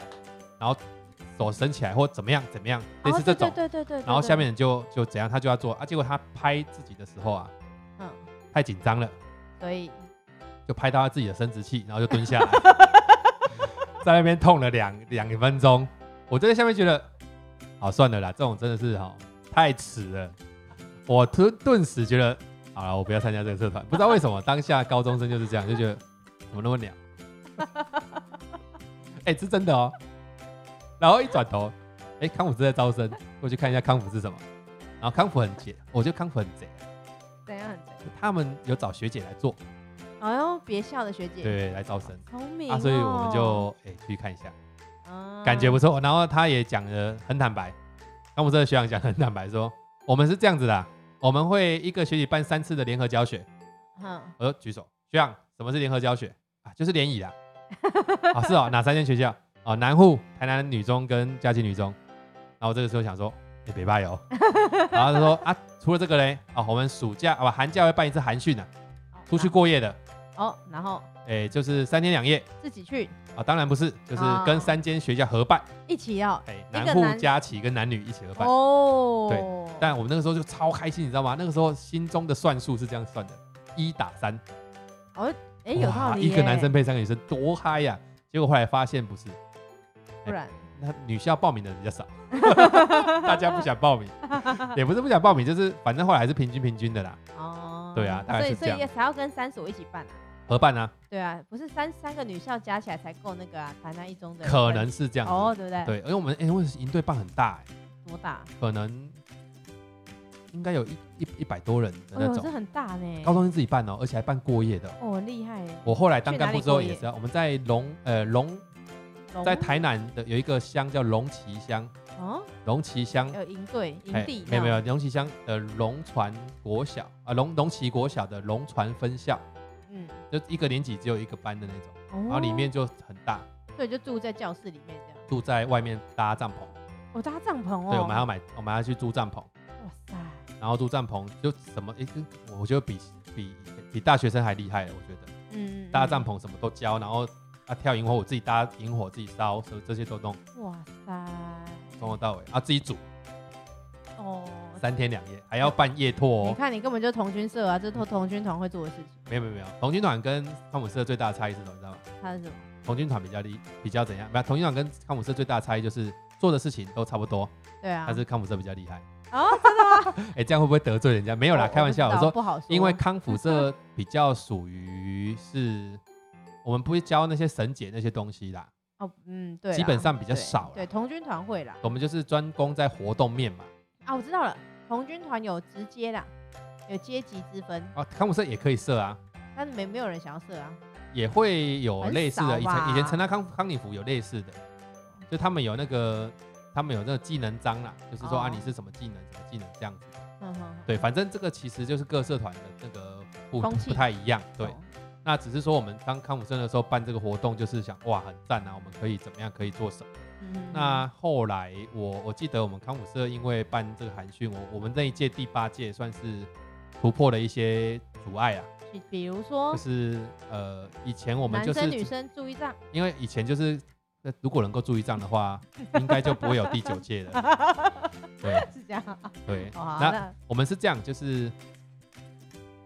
Speaker 1: 然后手伸起来或怎么样怎么样，类似这种
Speaker 2: 哦。对对对对对，对
Speaker 1: 然后下面人就就怎样，他就要做啊。结果他拍自己的时候啊，
Speaker 2: 嗯，
Speaker 1: 太紧张了。
Speaker 2: 所以
Speaker 1: 就拍到他自己的生殖器，然后就蹲下来，在那边痛了两两分钟。我就在下面觉得，好算了啦，这种真的是哈、太迟了。我顿顿时觉得好了，我不要参加这个社团。不知道为什么当下高中生就是这样，就觉得怎么那么鸟。哎、是真的哦。然后一转头，哎、康复是在招生，过去看一下康复是什么。然后康复很贼，我觉得康复很贼，
Speaker 2: 怎样很贼？
Speaker 1: 他们有找学姐来做，
Speaker 2: 哎呦，别笑的学姐，，
Speaker 1: 对，来招生、
Speaker 2: 聪明、哦、
Speaker 1: 啊，所以我们就哎、去看一下，
Speaker 2: 啊
Speaker 1: 感觉不错。然后他也讲的很坦白，康复这个学长讲得很坦白说，我们是这样子的啊、我们会一个学期办三次的联合教学，
Speaker 2: 嗯，
Speaker 1: 我说举手，学长，什么是联合教学啊？就是联谊啦。啊，是哦，哪三间学校？哦，南护、台南女中跟嘉义女中。然后我这个时候想说，你别拜哦。然后他说啊，除了这个嘞，啊，我们暑假啊不寒假会办一次寒训啊，
Speaker 2: 好
Speaker 1: 出去过夜的，
Speaker 2: 哦，然后
Speaker 1: 哎，就是三天两夜
Speaker 2: 自己去
Speaker 1: 啊，当然不是，就是跟
Speaker 2: 哦
Speaker 1: 三间学校合办，
Speaker 2: 一起要
Speaker 1: 哎，
Speaker 2: 一个
Speaker 1: 南护、
Speaker 2: 男
Speaker 1: 嘉起跟男女一起合办。
Speaker 2: 哦，
Speaker 1: 对但我们那个时候就超开心，你知道吗？那个时候心中的算术是这样算的，一打三。
Speaker 2: 哎，有道
Speaker 1: 哇
Speaker 2: 理耶，
Speaker 1: 一个男生配三个女生，多嗨呀、结果后来发现不是，
Speaker 2: 不然
Speaker 1: 那女校报名的人比较 少，大家不想报名，也不是不想报名，就是反正后来还是平均平均的啦，
Speaker 2: 哦，
Speaker 1: 对啊大概
Speaker 2: 所以
Speaker 1: 是
Speaker 2: 所
Speaker 1: 这样
Speaker 2: 以也才要跟三所一起办啊，
Speaker 1: 合办啊，
Speaker 2: 对啊，不是三三个女校加起来才够那个啊，台南一中的
Speaker 1: 可能是这样子。
Speaker 2: 哦，对不对？
Speaker 1: 对，因为我们哎，问、营队办很大、哎
Speaker 2: 多大？
Speaker 1: 可能应该有一一一百多人的
Speaker 2: 哦
Speaker 1: 那
Speaker 2: 呦，
Speaker 1: 种，
Speaker 2: 这很大呢，
Speaker 1: 高中生自己办哦，而且还办过夜的。
Speaker 2: 哦，很厉害耶，
Speaker 1: 我后来当干部之后
Speaker 2: 去哪里过夜
Speaker 1: 也是啊，我们在龙呃龙
Speaker 2: 龙
Speaker 1: 在台南的有一个乡叫龙旗乡，
Speaker 2: 哦，
Speaker 1: 龙旗乡
Speaker 2: 有营队
Speaker 1: 哎
Speaker 2: 营地，
Speaker 1: 没有没有，龙旗乡的龙船国小啊，龙龙旗国小的龙船分校，
Speaker 2: 嗯，
Speaker 1: 就一个年级只有一个班的那种，
Speaker 2: 然
Speaker 1: 然后里面就很大，
Speaker 2: 所以就住在教室里面这样，
Speaker 1: 住在外面搭帐篷，
Speaker 2: 我搭帐篷哦，
Speaker 1: 对，我们还要买，我们还要去租帐篷，
Speaker 2: 哇塞，
Speaker 1: 然后租帐篷就什么，诶，这我觉得比比比大学生还厉害了，我觉得
Speaker 2: 嗯，
Speaker 1: 搭帐
Speaker 2: 篷，
Speaker 1: 篷什么都教，然后啊跳萤火，我自己搭萤火，自己烧，什么这些都弄，
Speaker 2: 哇塞，
Speaker 1: 从头到尾啊自己煮
Speaker 2: 哦，
Speaker 1: 三天两夜，还要办夜拓
Speaker 2: 你
Speaker 1: 哦，
Speaker 2: 看你根本就同军社啊，这是同同军团会做的事情，
Speaker 1: 没有没有没有，童军团跟康姆社最大的差异是什么，你知道吗？
Speaker 2: 它是什么？
Speaker 1: 童军团比较厉，比较怎样？没有，童军团跟康姆社最大的差异就是做的事情都差不多，
Speaker 2: 对啊，
Speaker 1: 但是康姆社比较厉害。
Speaker 2: 哦，
Speaker 1: 真的 吗？哎，这样会不会得罪人家？没有啦，
Speaker 2: 不
Speaker 1: 开玩笑。我
Speaker 2: 知道
Speaker 1: 说，
Speaker 2: 哦不好说，
Speaker 1: 因为康复社比较属于是，我们不会教那些神解那些东西啦，
Speaker 2: 哦，嗯，对啦，
Speaker 1: 基本上比较少啦
Speaker 2: 对，对童军团会啦。
Speaker 1: 我们就是专攻在活动面嘛。
Speaker 2: 啊，我知道了，童军团有直接啦，有阶级之分，
Speaker 1: 啊，康复社也可以设啊，
Speaker 2: 但是没没有人想要设啊。
Speaker 1: 也会有类似的。
Speaker 2: 很
Speaker 1: 以
Speaker 2: 少吧
Speaker 1: 前以前成大康康礼服有类似的，就他们有那个他们有那个技能章啦，就是说
Speaker 2: 哦
Speaker 1: 啊你是什么技能什么技能这样子。
Speaker 2: 哼哼
Speaker 1: 对，反正这个其实就是各社团的那个不
Speaker 2: 风气
Speaker 1: 不太一样。对，
Speaker 2: 哦
Speaker 1: 那只是说我们当康复生的时候办这个活动，就是想哇很赞啊，我们可以怎么样，可以做什么。
Speaker 2: 嗯
Speaker 1: 那后来我我记得我们康复社因为办这个韩训，我我们那一届第八届算是突破了一些阻碍啊，
Speaker 2: 比比如说
Speaker 1: 就，是呃以前我们
Speaker 2: 哦男
Speaker 1: 就是
Speaker 2: 生女生注意账，
Speaker 1: 因为以前就是。呃如果能够注意账的话，应该就不会有第九届了。 对
Speaker 2: 是这样啊。
Speaker 1: 对，
Speaker 2: 哦好
Speaker 1: 那
Speaker 2: 那
Speaker 1: 我们是这样，就是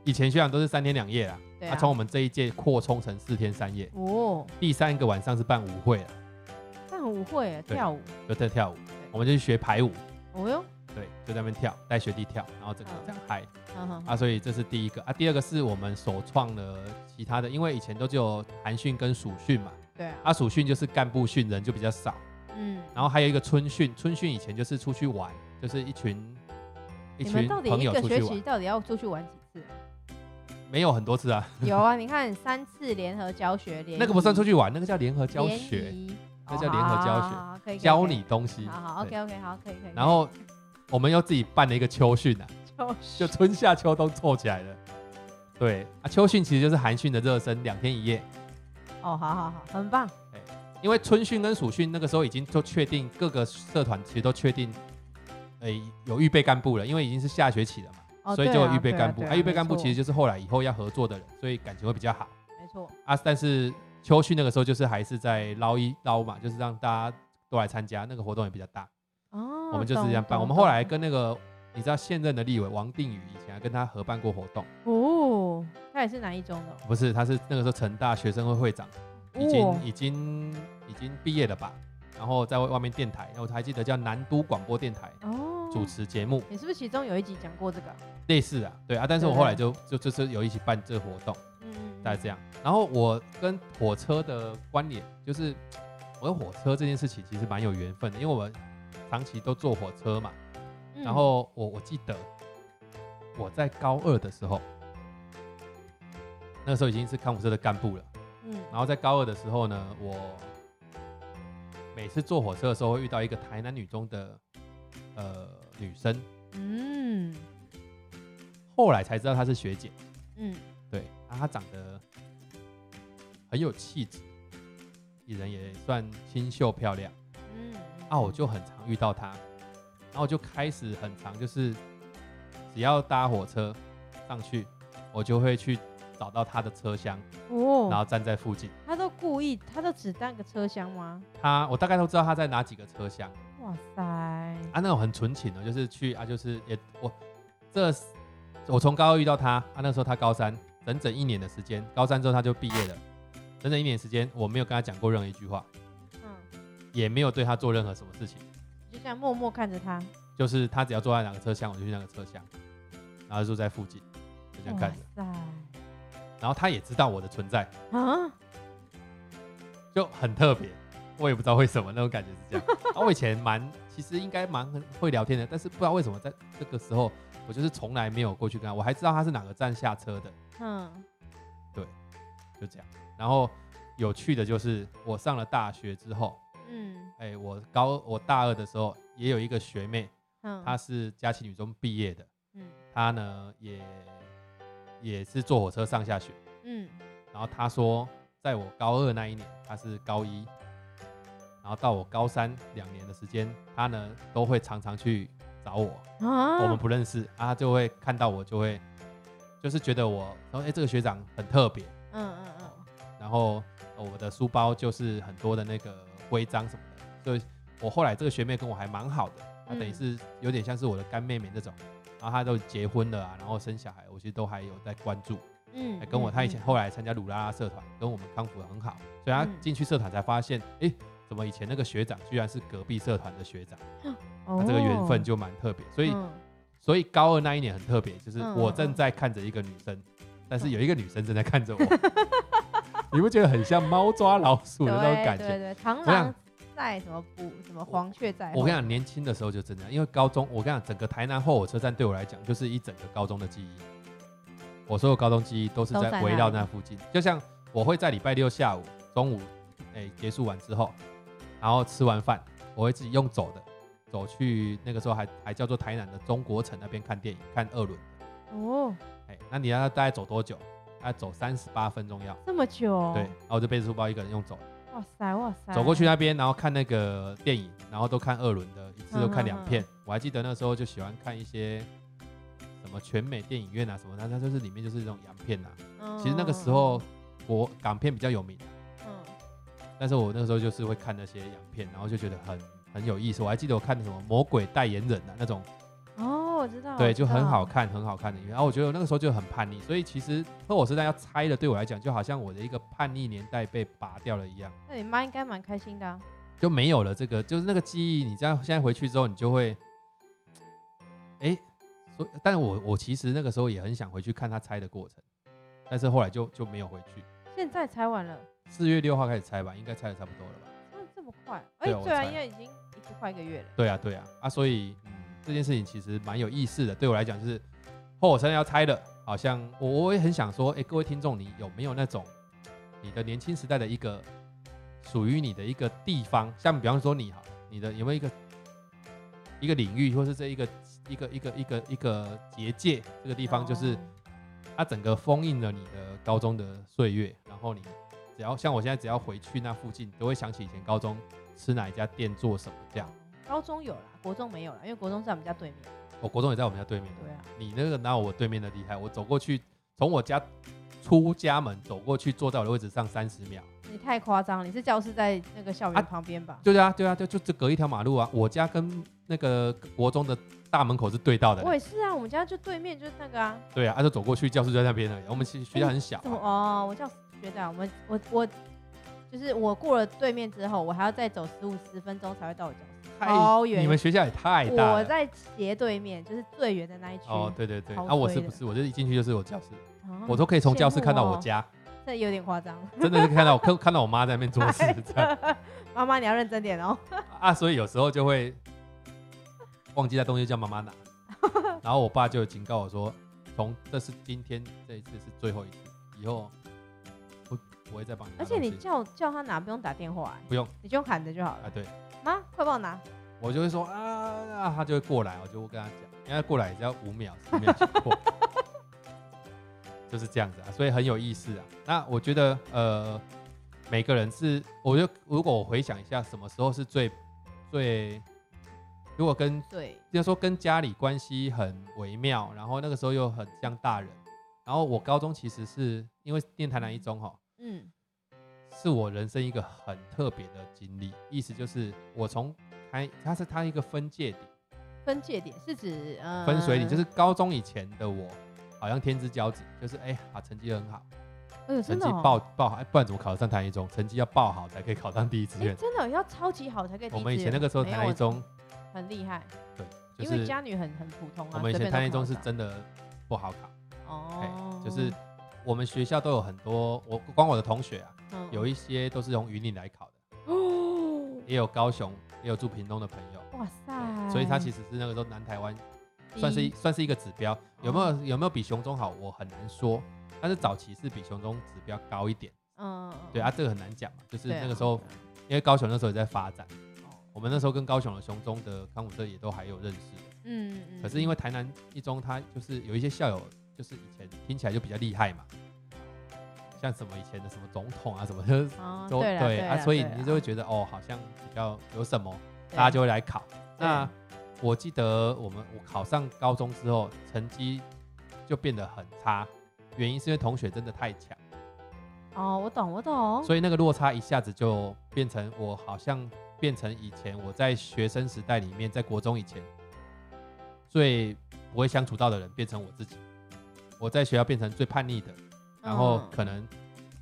Speaker 1: 以前学长都是三天两夜啦，
Speaker 2: 对
Speaker 1: 他
Speaker 2: 啊
Speaker 1: 从我们这一届扩充成四天三夜，
Speaker 2: 哦，
Speaker 1: 第三个晚上是办舞会啦，
Speaker 2: 但很舞会耶
Speaker 1: 对
Speaker 2: 跳舞，
Speaker 1: 就在跳舞，我们就去学排舞，
Speaker 2: 哦哟，
Speaker 1: 对，就在那边跳，带学弟跳，然后整个
Speaker 2: 嗯
Speaker 1: 这样嗨
Speaker 2: 嗯哼，
Speaker 1: 啊，所以这是第一个啊，第二个是我们首创了其他的，因为以前都只有韩训跟暑训嘛，
Speaker 2: 对啊，
Speaker 1: 啊，暑训就是干部训，人就比较少，
Speaker 2: 嗯，
Speaker 1: 然后还有一个春训，春训以前就是出去玩，就是一群一
Speaker 2: 你
Speaker 1: 群
Speaker 2: 们到底
Speaker 1: 朋
Speaker 2: 一
Speaker 1: 友
Speaker 2: 个
Speaker 1: 出
Speaker 2: 学
Speaker 1: 去
Speaker 2: 期
Speaker 1: 玩，
Speaker 2: 到底要出去玩几次？啊
Speaker 1: 没有很多次啊，
Speaker 2: 有啊，你看三次联合教学，联
Speaker 1: 那个不算
Speaker 2: 谊
Speaker 1: 出去玩，那个叫联合教
Speaker 2: 联
Speaker 1: 学，
Speaker 2: 谊
Speaker 1: 那
Speaker 2: 哦
Speaker 1: 叫联合教学
Speaker 2: 好好好可以可以
Speaker 1: 教
Speaker 2: 可以
Speaker 1: 你东西。
Speaker 2: 好好
Speaker 1: 对
Speaker 2: ，OK OK，好，可以可以。
Speaker 1: 然后我们又自己办了一个秋训啊，就
Speaker 2: 就
Speaker 1: 春夏秋冬凑起来了。对啊，秋训其实就是韩训的热身，两天一夜。
Speaker 2: 哦，好好好，很棒，
Speaker 1: 因为春训跟暑训那个时候已经就确定各个社团其实都确定，诶、有预备干部了，因为已经是下学期了嘛，
Speaker 2: 哦
Speaker 1: 所以
Speaker 2: 对
Speaker 1: 就有
Speaker 2: 啊
Speaker 1: 预备
Speaker 2: 对
Speaker 1: 干部。
Speaker 2: 对
Speaker 1: 啊，预备干部
Speaker 2: 没错
Speaker 1: 其实就是后来以后要合作的人，所以感情会比较好
Speaker 2: 没错，
Speaker 1: 啊。但是秋训那个时候就是还是在捞一捞嘛，就是让大家都来参加，那个活动也比较大。
Speaker 2: 哦，
Speaker 1: 我们就是这样办。
Speaker 2: 懂
Speaker 1: 我们后来
Speaker 2: 懂
Speaker 1: 跟那个你知道现任的立委王定宇以前啊还跟他合办过活动，
Speaker 2: 哦，他也是南一中的哦，
Speaker 1: 不是，他是那个时候成大学生会会长，已经、
Speaker 2: 哦
Speaker 1: 已经已经毕业了吧？然后在外面电台，然后我还记得叫南都广播电台
Speaker 2: 哦，
Speaker 1: 主持节目，
Speaker 2: 你是不是其中有一集讲过这个啊？
Speaker 1: 类似啊，对啊，但是我后来就就就是有一起办这个活动，
Speaker 2: 嗯，
Speaker 1: 大概这样。然后我跟火车的关联，就是我跟火车这件事情其实蛮有缘分的，因为我长期都坐火车嘛。
Speaker 2: 嗯
Speaker 1: 然后我我记得我在高二的时候，那个时候已经是康复社的干部了。
Speaker 2: 嗯
Speaker 1: 然后在高二的时候呢，我每次坐火车的时候会遇到一个台南女中的呃女生，
Speaker 2: 嗯
Speaker 1: 后来才知道她是学姐。
Speaker 2: 嗯
Speaker 1: 对，啊，她长得很有气质，人也算清秀漂亮。
Speaker 2: 嗯，
Speaker 1: 啊，我就很常遇到他，然后我就开始很常就是，只要搭火车上去，我就会去找到他的车厢，然
Speaker 2: 哦，
Speaker 1: 后站在附近。
Speaker 2: 他都故意，他都只当个车厢吗？
Speaker 1: 他我大概都知道他在哪几个车厢
Speaker 2: 哇塞，
Speaker 1: 啊，那种很纯情的，就是去啊，就是也我这我从高二遇到他啊，那时候他高三，整整一年的时间，高三之后他就毕业了，整整一年时间我没有跟他讲过任何一句话，
Speaker 2: 嗯，
Speaker 1: 也没有对他做任何什么事情。
Speaker 2: 就这样默默看着他，
Speaker 1: 就是他只要坐在哪个车厢，我就去那个车厢，然后就在附近就这样
Speaker 2: 哇
Speaker 1: 看着。
Speaker 2: 塞，
Speaker 1: 然后他也知道我的存在，
Speaker 2: 啊，
Speaker 1: 就很特别。我也不知道为什么那种感觉是这样。 啊、我以前蛮，其实应该蛮会聊天的，但是不知道为什么在这个时候，我就是从来没有过去跟他。我还知道他是哪个站下车的，
Speaker 2: 嗯
Speaker 1: 就这样。然后有趣的就是，我上了大学之后，
Speaker 2: 嗯
Speaker 1: 哎、我高我大二的时候也有一个学妹，
Speaker 2: 嗯，
Speaker 1: 她是佳琪女中毕业的，
Speaker 2: 嗯
Speaker 1: 她呢也也是坐火车上下学。
Speaker 2: 嗯
Speaker 1: 然后他说，在我高二那一年，他是高一，然后到我高三两年的时间，他呢都会常常去找我，
Speaker 2: 啊，
Speaker 1: 我们不认识啊，他就会看到我就会，就是觉得我，然后哎这个学长很特别，
Speaker 2: 嗯嗯嗯，
Speaker 1: 然后呃我的书包就是很多的那个徽章什么的，所以我后来这个学妹跟我还蛮好的，她等于
Speaker 2: 嗯
Speaker 1: 是有点像是我的干妹妹那种，然后她都结婚了啊，然后生小孩，我其实都还有在关注。
Speaker 2: 嗯，
Speaker 1: 哎跟我他以前
Speaker 2: 嗯
Speaker 1: 后来参加鲁拉拉社团，跟我们康复很好，所以他
Speaker 2: 嗯
Speaker 1: 进去社团才发现，哎、怎么以前那个学长居然是隔壁社团的学长，
Speaker 2: 嗯
Speaker 1: 那这个缘分，就蛮特别。所以，
Speaker 2: 哦
Speaker 1: 所以高二那一年很特别，就是
Speaker 2: 嗯
Speaker 1: 我正在看着一个女生，但是有一个女生正在看着我， 你不觉得很像猫抓老鼠
Speaker 2: 嗯
Speaker 1: 的那种感
Speaker 2: 对对
Speaker 1: 觉？
Speaker 2: 对，螳
Speaker 1: 我想
Speaker 2: 螂在什么捕什么黄雀在后，
Speaker 1: 我跟你讲，年轻的时候就真的，因为高中，我跟你讲，整个台南后火车站对我来讲就是一整个高中的记忆。我所有高中记忆都是
Speaker 2: 都在
Speaker 1: 在围绕那附近，就像我会在礼拜六下午中午，哎、结束完之后，然后吃完饭，我会自己用走的，走去那个时候还还叫做台南的中国城那边看电影，看二轮。
Speaker 2: 哦，
Speaker 1: 哎、那你要大概走多久？大概走三十八分钟要。
Speaker 2: 这么久，
Speaker 1: 对，，然后我就背着书包一个人用走，
Speaker 2: 哇塞哇塞，
Speaker 1: 走过去那边，然后看那个电影，然后都看二轮的，一次都看两片。
Speaker 2: 嗯
Speaker 1: 我还记得那时候就喜欢看一些什么全美电影院啊什么的，它就是里面就是那种洋片啊。
Speaker 2: 嗯，
Speaker 1: 其实那个时候国港片比较有名，啊
Speaker 2: 嗯，
Speaker 1: 但是我那个时候就是会看那些洋片，然后就觉得很很有意思。我还记得我看什么《魔鬼代言人》啊那种，
Speaker 2: 嗯哦，我知道，
Speaker 1: 对，
Speaker 2: 我
Speaker 1: 就
Speaker 2: 知
Speaker 1: 很
Speaker 2: 道
Speaker 1: 好，看，很好看的影片。然后我觉得我那个时候就很叛逆，所以其实和我时代要拆的，对我来讲就好像我的一个叛逆年代被拔掉了一样。
Speaker 2: 那你妈应该蛮开心的啊，
Speaker 1: 就没有了这个，就是那个记忆。你这样现在回去之后，你就会，哎、所以但我我其实那个时候也很想回去看他拆的过程，但是后来就就没有回去。
Speaker 2: 现在拆完了，
Speaker 1: 四月六号开始拆吧，应该拆的差不多了吧？
Speaker 2: 那这么快，哎
Speaker 1: 对啊，我
Speaker 2: 对啊，
Speaker 1: 猜
Speaker 2: 因为已经已经快一个月了，
Speaker 1: 对啊，对啊，啊，所以嗯，这件事情其实蛮有意思的。对我来讲，就是后我真的要拆了，好像我我也很想说，哎、各位听众，你有没有那种你的年轻时代的一个属于你的一个地方？像比方说你好了，你的有没有一个一个领域，或是这一个一个一个一个一个结界这个地方，就是
Speaker 2: 哦
Speaker 1: 它整个封印了你的高中的岁月，然后你只要像我现在只要回去那附近，都会想起以前高中吃哪一家店做什么这样。
Speaker 2: 高中有啦，国中没有啦，因为国中在我们家对面，
Speaker 1: 我国中也在我们家对面的。
Speaker 2: 对啊，
Speaker 1: 你那个哪有我对面的厉害？我走过去，从我家出家门走过去，坐在我的位置上三十秒。
Speaker 2: 你太夸张了，你是教室在那个校
Speaker 1: 啊
Speaker 2: 园旁边吧？
Speaker 1: 对啊，对啊，对，就就隔一条马路啊。我家跟那个国中的大门口是对到的
Speaker 2: 我
Speaker 1: 嘞。
Speaker 2: 也是啊，我们家就对面就是那个啊，
Speaker 1: 对啊，他、就走过去，教室就在那边了。我们其实学校很小、
Speaker 2: 怎么
Speaker 1: 啊，
Speaker 2: 哦？我叫学长，我们我我就是我过了对面之后，我还要再走十五十分钟才会到我教室。
Speaker 1: 太
Speaker 2: 超远
Speaker 1: 你们学校也太大
Speaker 2: 我
Speaker 1: 了。
Speaker 2: 在斜对面，就是最远的那一区。
Speaker 1: 哦，对对对，
Speaker 2: 超
Speaker 1: 啊，我是
Speaker 2: 推的
Speaker 1: 不是我就一进去就是我教室，
Speaker 2: 啊
Speaker 1: 我都可以从
Speaker 2: 羡
Speaker 1: 教室
Speaker 2: 慕
Speaker 1: 看到我
Speaker 2: 哦
Speaker 1: 家，
Speaker 2: 这有点夸张。
Speaker 1: 真的是看到我看看到我妈在那边做 事这样
Speaker 2: 妈妈，你要认真点哦。
Speaker 1: 啊，所以有时候就会忘记带东西叫妈 妈拿，然后我爸就警告我说，从这是今天这一次是最后一次，以后不不会再帮你拿
Speaker 2: 而
Speaker 1: 东西。
Speaker 2: 且你叫叫他拿，不用打电话，欸
Speaker 1: 不用
Speaker 2: 你就用喊的就好
Speaker 1: 啊
Speaker 2: 了。，
Speaker 1: 对
Speaker 2: 妈，快帮我拿。
Speaker 1: 我就会说啊啊，他就会过来，我就会跟他讲，因为他过来也只要五秒十秒就过， 就是这样子啊，所以很有意思啊。那我觉得呃，每个人是，我就如果我回想一下，什么时候是最最，如果跟
Speaker 2: 对，
Speaker 1: 就是说跟家里关系很微妙，然后那个时候又很像大人，然后我高中其实是因为念台南一中哈、
Speaker 2: 嗯，
Speaker 1: 是我人生一个很特别的经历，意思就是我从开，它是它一个分界点。
Speaker 2: 分界点是指呃
Speaker 1: 分水岭，就是高中以前的我，好像天之骄子，就是哎、啊成绩很好，
Speaker 2: 哎呦，
Speaker 1: 成
Speaker 2: 真
Speaker 1: 绩
Speaker 2: 的哦
Speaker 1: 爆爆好，哎、不然怎么考得上台一中？成绩要爆好才可以考上第一志
Speaker 2: 哎，
Speaker 1: 愿。
Speaker 2: 真的要超级好才可以第
Speaker 1: 我
Speaker 2: 一志愿。
Speaker 1: 们以前那个时候
Speaker 2: 没
Speaker 1: 台
Speaker 2: 有
Speaker 1: 一中，
Speaker 2: 很厉害，
Speaker 1: 就
Speaker 2: 因为
Speaker 1: 是
Speaker 2: 家女很很普通啊。
Speaker 1: 我们以
Speaker 2: 随
Speaker 1: 前
Speaker 2: 便都
Speaker 1: 台一
Speaker 2: 考
Speaker 1: 中
Speaker 2: 得
Speaker 1: 是
Speaker 2: 上
Speaker 1: 真的不好考，
Speaker 2: 哦，
Speaker 1: 就是我们学校都有很多，我光我的同学啊，
Speaker 2: 嗯
Speaker 1: 有一些都是从云林来考的，
Speaker 2: 哦，
Speaker 1: 也有高雄，也有住屏东的朋友，
Speaker 2: 哇塞，
Speaker 1: 对所以他其实是那个时候南台湾算是
Speaker 2: 第
Speaker 1: 一
Speaker 2: 一
Speaker 1: 算是一个指
Speaker 2: 哦
Speaker 1: 标，有没有有没有比雄中好，我很难说，但是早期是比雄中指标高一点。
Speaker 2: 嗯，
Speaker 1: 对啊，这个很难讲嘛，就是
Speaker 2: 对啊，
Speaker 1: 那个时候，
Speaker 2: 对
Speaker 1: 因为高雄那时候也在发展，
Speaker 2: 啊哦
Speaker 1: 我们那时候跟高雄的雄中的康复社也都还有认识，
Speaker 2: 嗯，嗯
Speaker 1: 可是因为台南一中它就是有一些校友，就是以前听起来就比较厉害嘛，像什么以前的什么总统啊什么的
Speaker 2: 哦
Speaker 1: 都
Speaker 2: 对啦对
Speaker 1: 啊，
Speaker 2: 啦
Speaker 1: 所以
Speaker 2: 对
Speaker 1: 你
Speaker 2: 啦
Speaker 1: 就会觉得哦，好像比较有什么，
Speaker 2: 对
Speaker 1: 大家就会来考。
Speaker 2: 对
Speaker 1: 那我记得我们我考上高中之后，成绩就变得很差，原因是因为同学真的太强。
Speaker 2: 哦，我懂我懂，
Speaker 1: 所以那个落差一下子就变成我好像变成以前我在学生时代里面，在国中以前最不会相处到的人，变成我自己。我在学校变成最叛逆的，然后
Speaker 2: 嗯
Speaker 1: 可能、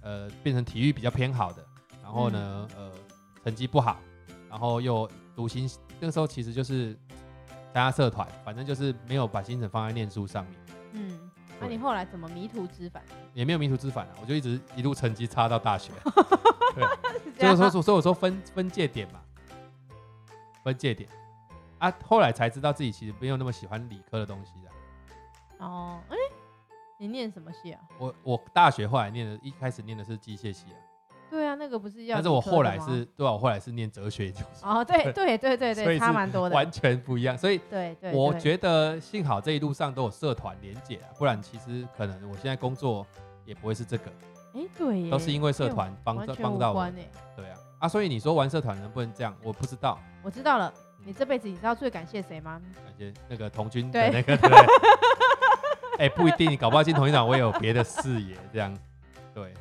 Speaker 1: 呃变成体育比较偏好的，然后呢、呃成绩不好，然后又读心，那个时候其实就是参加社团，反正就是没有把精神放在念书上面，
Speaker 2: 嗯，那
Speaker 1: 对
Speaker 2: 你后来怎么迷途知返？
Speaker 1: 也没有迷途知返啊，我就一直一路成绩差到大学。
Speaker 2: 是这
Speaker 1: 所以
Speaker 2: 样
Speaker 1: 说，所以所以我说分分界点嘛，分界点啊，后来才知道自己其实没有那么喜欢理科的东西啊的。
Speaker 2: 哦，哎，你念什么系啊？
Speaker 1: 我我大学后来念的，一开始念的是机械系啊，
Speaker 2: 对啊，那个不是要
Speaker 1: 但
Speaker 2: 理科的吗，
Speaker 1: 是我后来是对啊，我后来是念哲学研究所，
Speaker 2: 哦，对对对对
Speaker 1: 所以
Speaker 2: 对，
Speaker 1: 是
Speaker 2: 差蛮多的，
Speaker 1: 完全不一样。所以
Speaker 2: 对对，
Speaker 1: 我
Speaker 2: 对
Speaker 1: 觉得幸好这一路上都有社团连结啊，不然其实可能我现在工作也不会是这个，
Speaker 2: 哎对耶，
Speaker 1: 都是因为社
Speaker 2: 跟我
Speaker 1: 团帮
Speaker 2: 完
Speaker 1: 到
Speaker 2: 全
Speaker 1: 帮
Speaker 2: 无
Speaker 1: 到我
Speaker 2: 关
Speaker 1: 的。
Speaker 2: 哎，
Speaker 1: 对啊，啊，所以你说玩社团能不能这样？我不知道。
Speaker 2: 我知道了。
Speaker 1: 嗯
Speaker 2: 你这辈子你知道最感谢谁吗？
Speaker 1: 感觉那个童军的
Speaker 2: 对
Speaker 1: 那个， 对不对？哎、不一定，搞不好进童军长我也有别的视野，这样，对，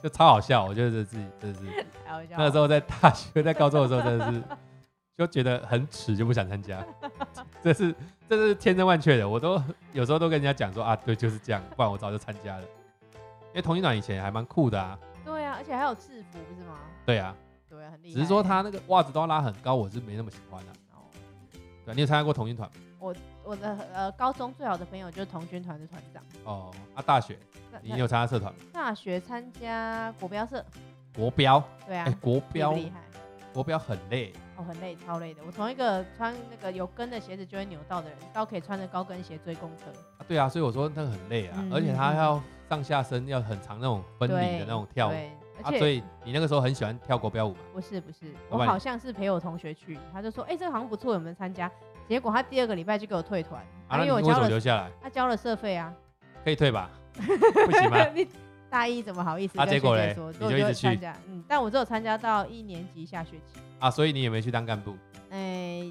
Speaker 1: 就超好笑。我觉得自己真的是
Speaker 2: 开玩笑
Speaker 1: 那个时候在大学、在高中的时候，真的是就觉得很耻，就不想参 加。这是这是千真万确的，我都有时候都跟人家讲说啊，对，就是这样，不然我早就参加了。因为童军长以前还蛮酷的啊，
Speaker 2: 对啊，而且还有制服不是吗？
Speaker 1: 对啊，
Speaker 2: 对啊，很厉害。
Speaker 1: 只是说他那个袜子都要拉很高，我是没那么喜欢啊。
Speaker 2: 哦，
Speaker 1: 对啊你有参加过童军团吗
Speaker 2: 我的呃高中最好的朋友就是童军团的团长。
Speaker 1: 哦？啊，大学
Speaker 2: 那
Speaker 1: 你
Speaker 2: 那
Speaker 1: 有参加社团吗？
Speaker 2: 大学参加国标社，
Speaker 1: 国标。
Speaker 2: 对啊
Speaker 1: 哎、，国
Speaker 2: 厉不
Speaker 1: 标
Speaker 2: 厉害？
Speaker 1: 国标很累，
Speaker 2: 我很累，超累的。我从一个穿那个有跟的鞋子就会扭到的人，到可以穿着高跟鞋追公车。
Speaker 1: 啊对啊，所以我说那个很累啊，
Speaker 2: 嗯
Speaker 1: 而且他要上下身要很长那种分离
Speaker 2: 对
Speaker 1: 的那种跳舞
Speaker 2: 对，
Speaker 1: 啊，
Speaker 2: 而
Speaker 1: 所
Speaker 2: 且
Speaker 1: 以你那个时候很喜欢跳国标舞嘛？
Speaker 2: 不是不是，
Speaker 1: 老
Speaker 2: 我
Speaker 1: 板
Speaker 2: 好像是陪我同学去，他就说，哎，这个好像不错，有没有参加？结果他第二个礼拜就给我退团，
Speaker 1: 啊，
Speaker 2: 因
Speaker 1: 那你
Speaker 2: 为我
Speaker 1: 为什
Speaker 2: 交
Speaker 1: 么
Speaker 2: 了
Speaker 1: 留下来？
Speaker 2: 他交了社费啊。
Speaker 1: 可以退 吧？不行吗？
Speaker 2: 你大一怎么好意思
Speaker 1: 啊
Speaker 2: 跟学
Speaker 1: 结果嘞
Speaker 2: 姐说？
Speaker 1: 你
Speaker 2: 所以
Speaker 1: 就
Speaker 2: 我
Speaker 1: 一
Speaker 2: 就
Speaker 1: 直去
Speaker 2: 参加，嗯，但我只有参加到一年级下学期。
Speaker 1: 啊，所以你也没去当干部，
Speaker 2: 哎、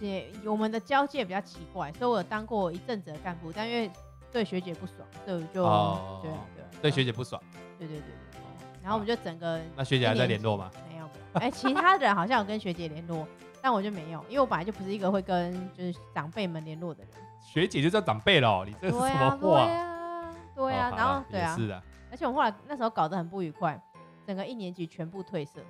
Speaker 2: 也我们的交界比较奇怪，所以我有当过一阵子的干部，但因为对学姐不爽，所以我就、
Speaker 1: 哦
Speaker 2: 对啊
Speaker 1: 对
Speaker 2: 对啊
Speaker 1: 学姐不爽。
Speaker 2: 对对对对。然后我们就整个
Speaker 1: 那学姐还在联络吗？
Speaker 2: 没有没有，哎、其他人好像有跟学姐联络，但我就没有，因为我本来就不是一个会跟就是长辈们联络的人。
Speaker 1: 学姐就叫长辈喽， 你这是
Speaker 2: 对
Speaker 1: 什么
Speaker 2: 啊对
Speaker 1: 话？
Speaker 2: 啊对啊，
Speaker 1: 哦
Speaker 2: 然
Speaker 1: 好
Speaker 2: 后
Speaker 1: 啦
Speaker 2: 对啊
Speaker 1: 也，是啊，
Speaker 2: 而且我后来那时候搞得很不愉快，整个一年级全部褪色。
Speaker 1: 哦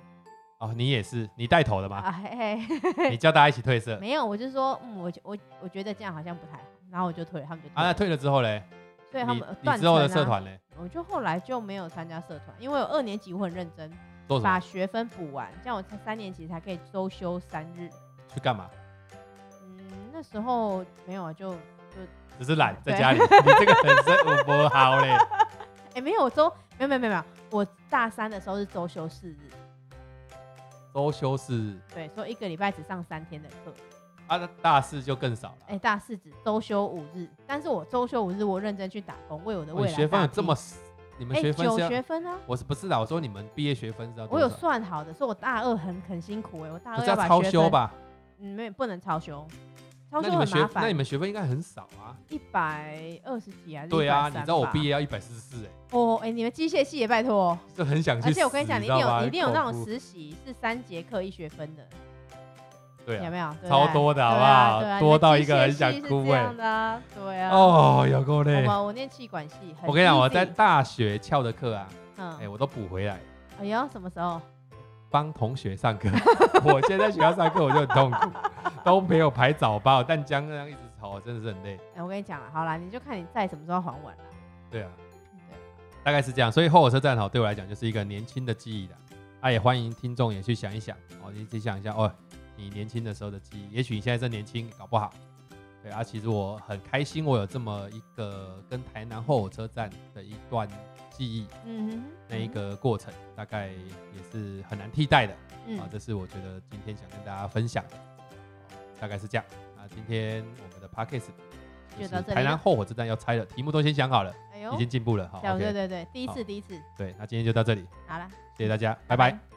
Speaker 1: 哦，你也是，你带头的吗？
Speaker 2: 啊嘿嘿，
Speaker 1: 你叫大家一起退社
Speaker 2: 没有，我就说，嗯，我觉我我觉得这样好像不太好，然后我就退了，他们就
Speaker 1: 啊？那
Speaker 2: 了
Speaker 1: 退了之后嘞，
Speaker 2: 所以他
Speaker 1: 你
Speaker 2: 们
Speaker 1: 你
Speaker 2: 断
Speaker 1: 之后的
Speaker 2: 层啊
Speaker 1: 社团嘞
Speaker 2: 我就后来就没有参加社团，因为我二年级我很认真，
Speaker 1: 做什
Speaker 2: 把
Speaker 1: 么？
Speaker 2: 学分补完，这样我才三年级才可以周休三日。
Speaker 1: 去干嘛？
Speaker 2: 嗯，那时候没有啊，就
Speaker 1: 只是懒，在
Speaker 2: 对
Speaker 1: 家里。你这个本身我不好 嘞，
Speaker 2: 哎、没有，我周没有没有没有没有，我大三的时候是周休四日，
Speaker 1: 周休是
Speaker 2: 对，所以一个礼拜只上三天的课。
Speaker 1: 啊，那大四就更少
Speaker 2: 哎、
Speaker 1: 了。
Speaker 2: 大四只周休五日，但是我周休五日我认真去打工，为我的
Speaker 1: 哇
Speaker 2: 未
Speaker 1: 你
Speaker 2: 来。
Speaker 1: 哦学分有这么？你们
Speaker 2: 哎、
Speaker 1: 学分
Speaker 2: 九
Speaker 1: 是要？
Speaker 2: 学分啊，
Speaker 1: 我是不是啊？我说你们毕业学分是要
Speaker 2: 我
Speaker 1: 多
Speaker 2: 有
Speaker 1: 少？
Speaker 2: 算好的，说我大二很很辛苦哎、我大
Speaker 1: 可
Speaker 2: 二
Speaker 1: 是要
Speaker 2: 把
Speaker 1: 超
Speaker 2: 学
Speaker 1: 修
Speaker 2: 分，
Speaker 1: 吧？
Speaker 2: 嗯，没有不能超休，超
Speaker 1: 那
Speaker 2: 休
Speaker 1: 你们
Speaker 2: 很麻
Speaker 1: 学那你
Speaker 2: 烦，
Speaker 1: 们学分应该很少啊。
Speaker 2: 一百二十几还是
Speaker 1: 对啊，
Speaker 2: 130
Speaker 1: 你知道我
Speaker 2: 吧
Speaker 1: 毕业要一百四十四哎，
Speaker 2: 哦，哎、你们机械系也拜托，哦
Speaker 1: 就很想去死。
Speaker 2: 而且我跟你讲，你一定
Speaker 1: 知道
Speaker 2: 有
Speaker 1: 吗
Speaker 2: 你一定有那
Speaker 1: 恐
Speaker 2: 种
Speaker 1: 怖
Speaker 2: 实习是三节课一学分的，
Speaker 1: 对
Speaker 2: 有
Speaker 1: 啊，
Speaker 2: 没有？对不
Speaker 1: 超
Speaker 2: 对
Speaker 1: 多的好
Speaker 2: 对
Speaker 1: 不
Speaker 2: 啊
Speaker 1: 好
Speaker 2: 对啊
Speaker 1: 多
Speaker 2: 你们
Speaker 1: 到
Speaker 2: 机
Speaker 1: 一个很
Speaker 2: 械
Speaker 1: 想
Speaker 2: 系是
Speaker 1: 哭
Speaker 2: 这
Speaker 1: 欸
Speaker 2: 样的啊，对啊。
Speaker 1: 哦，有够
Speaker 2: 我
Speaker 1: 累。
Speaker 2: 们我念气管系，很
Speaker 1: 我跟你讲，我在
Speaker 2: easy
Speaker 1: 大学翘的课啊，
Speaker 2: 嗯，
Speaker 1: 哎，我都补回来。
Speaker 2: 哎呦，什么时候？
Speaker 1: 帮同学上课。 我现在在学校上课我就很痛苦， 都没有排早八，我淡江那样一直吵，真的是很累。
Speaker 2: 哎，我跟你讲了，好啦，你就看你在什么时候还完了。
Speaker 1: 对啊，
Speaker 2: 对
Speaker 1: 大概是这样。所以后火车站好对我来讲就是一个年轻的记忆啦。啊，也欢迎听众也去想一想哦，你自己想一下哦，你年轻的时候的记忆，也许你现在正年轻，搞不好。对啊，其实我很开心，我有这么一个跟台南后火车站的一段记忆，
Speaker 2: 嗯哼，
Speaker 1: 那一个过程大概也是很难替代的。
Speaker 2: 嗯，
Speaker 1: 啊，
Speaker 2: 嗯，
Speaker 1: 这是我觉得今天想跟大家分享的，哦大概是这样。那今天我们的 podcast
Speaker 2: 就
Speaker 1: 就
Speaker 2: 到
Speaker 1: 是
Speaker 2: 这里
Speaker 1: 台南
Speaker 2: 了
Speaker 1: 后火车站要拆了，题目都先想好了，
Speaker 2: 哎呦
Speaker 1: 已，经进步了。好
Speaker 2: 对对
Speaker 1: ，OK，
Speaker 2: 对对，第一
Speaker 1: 好
Speaker 2: 次第一次，
Speaker 1: 对，那今天就到这里，
Speaker 2: 好了，
Speaker 1: 谢谢大家，拜拜。
Speaker 2: 拜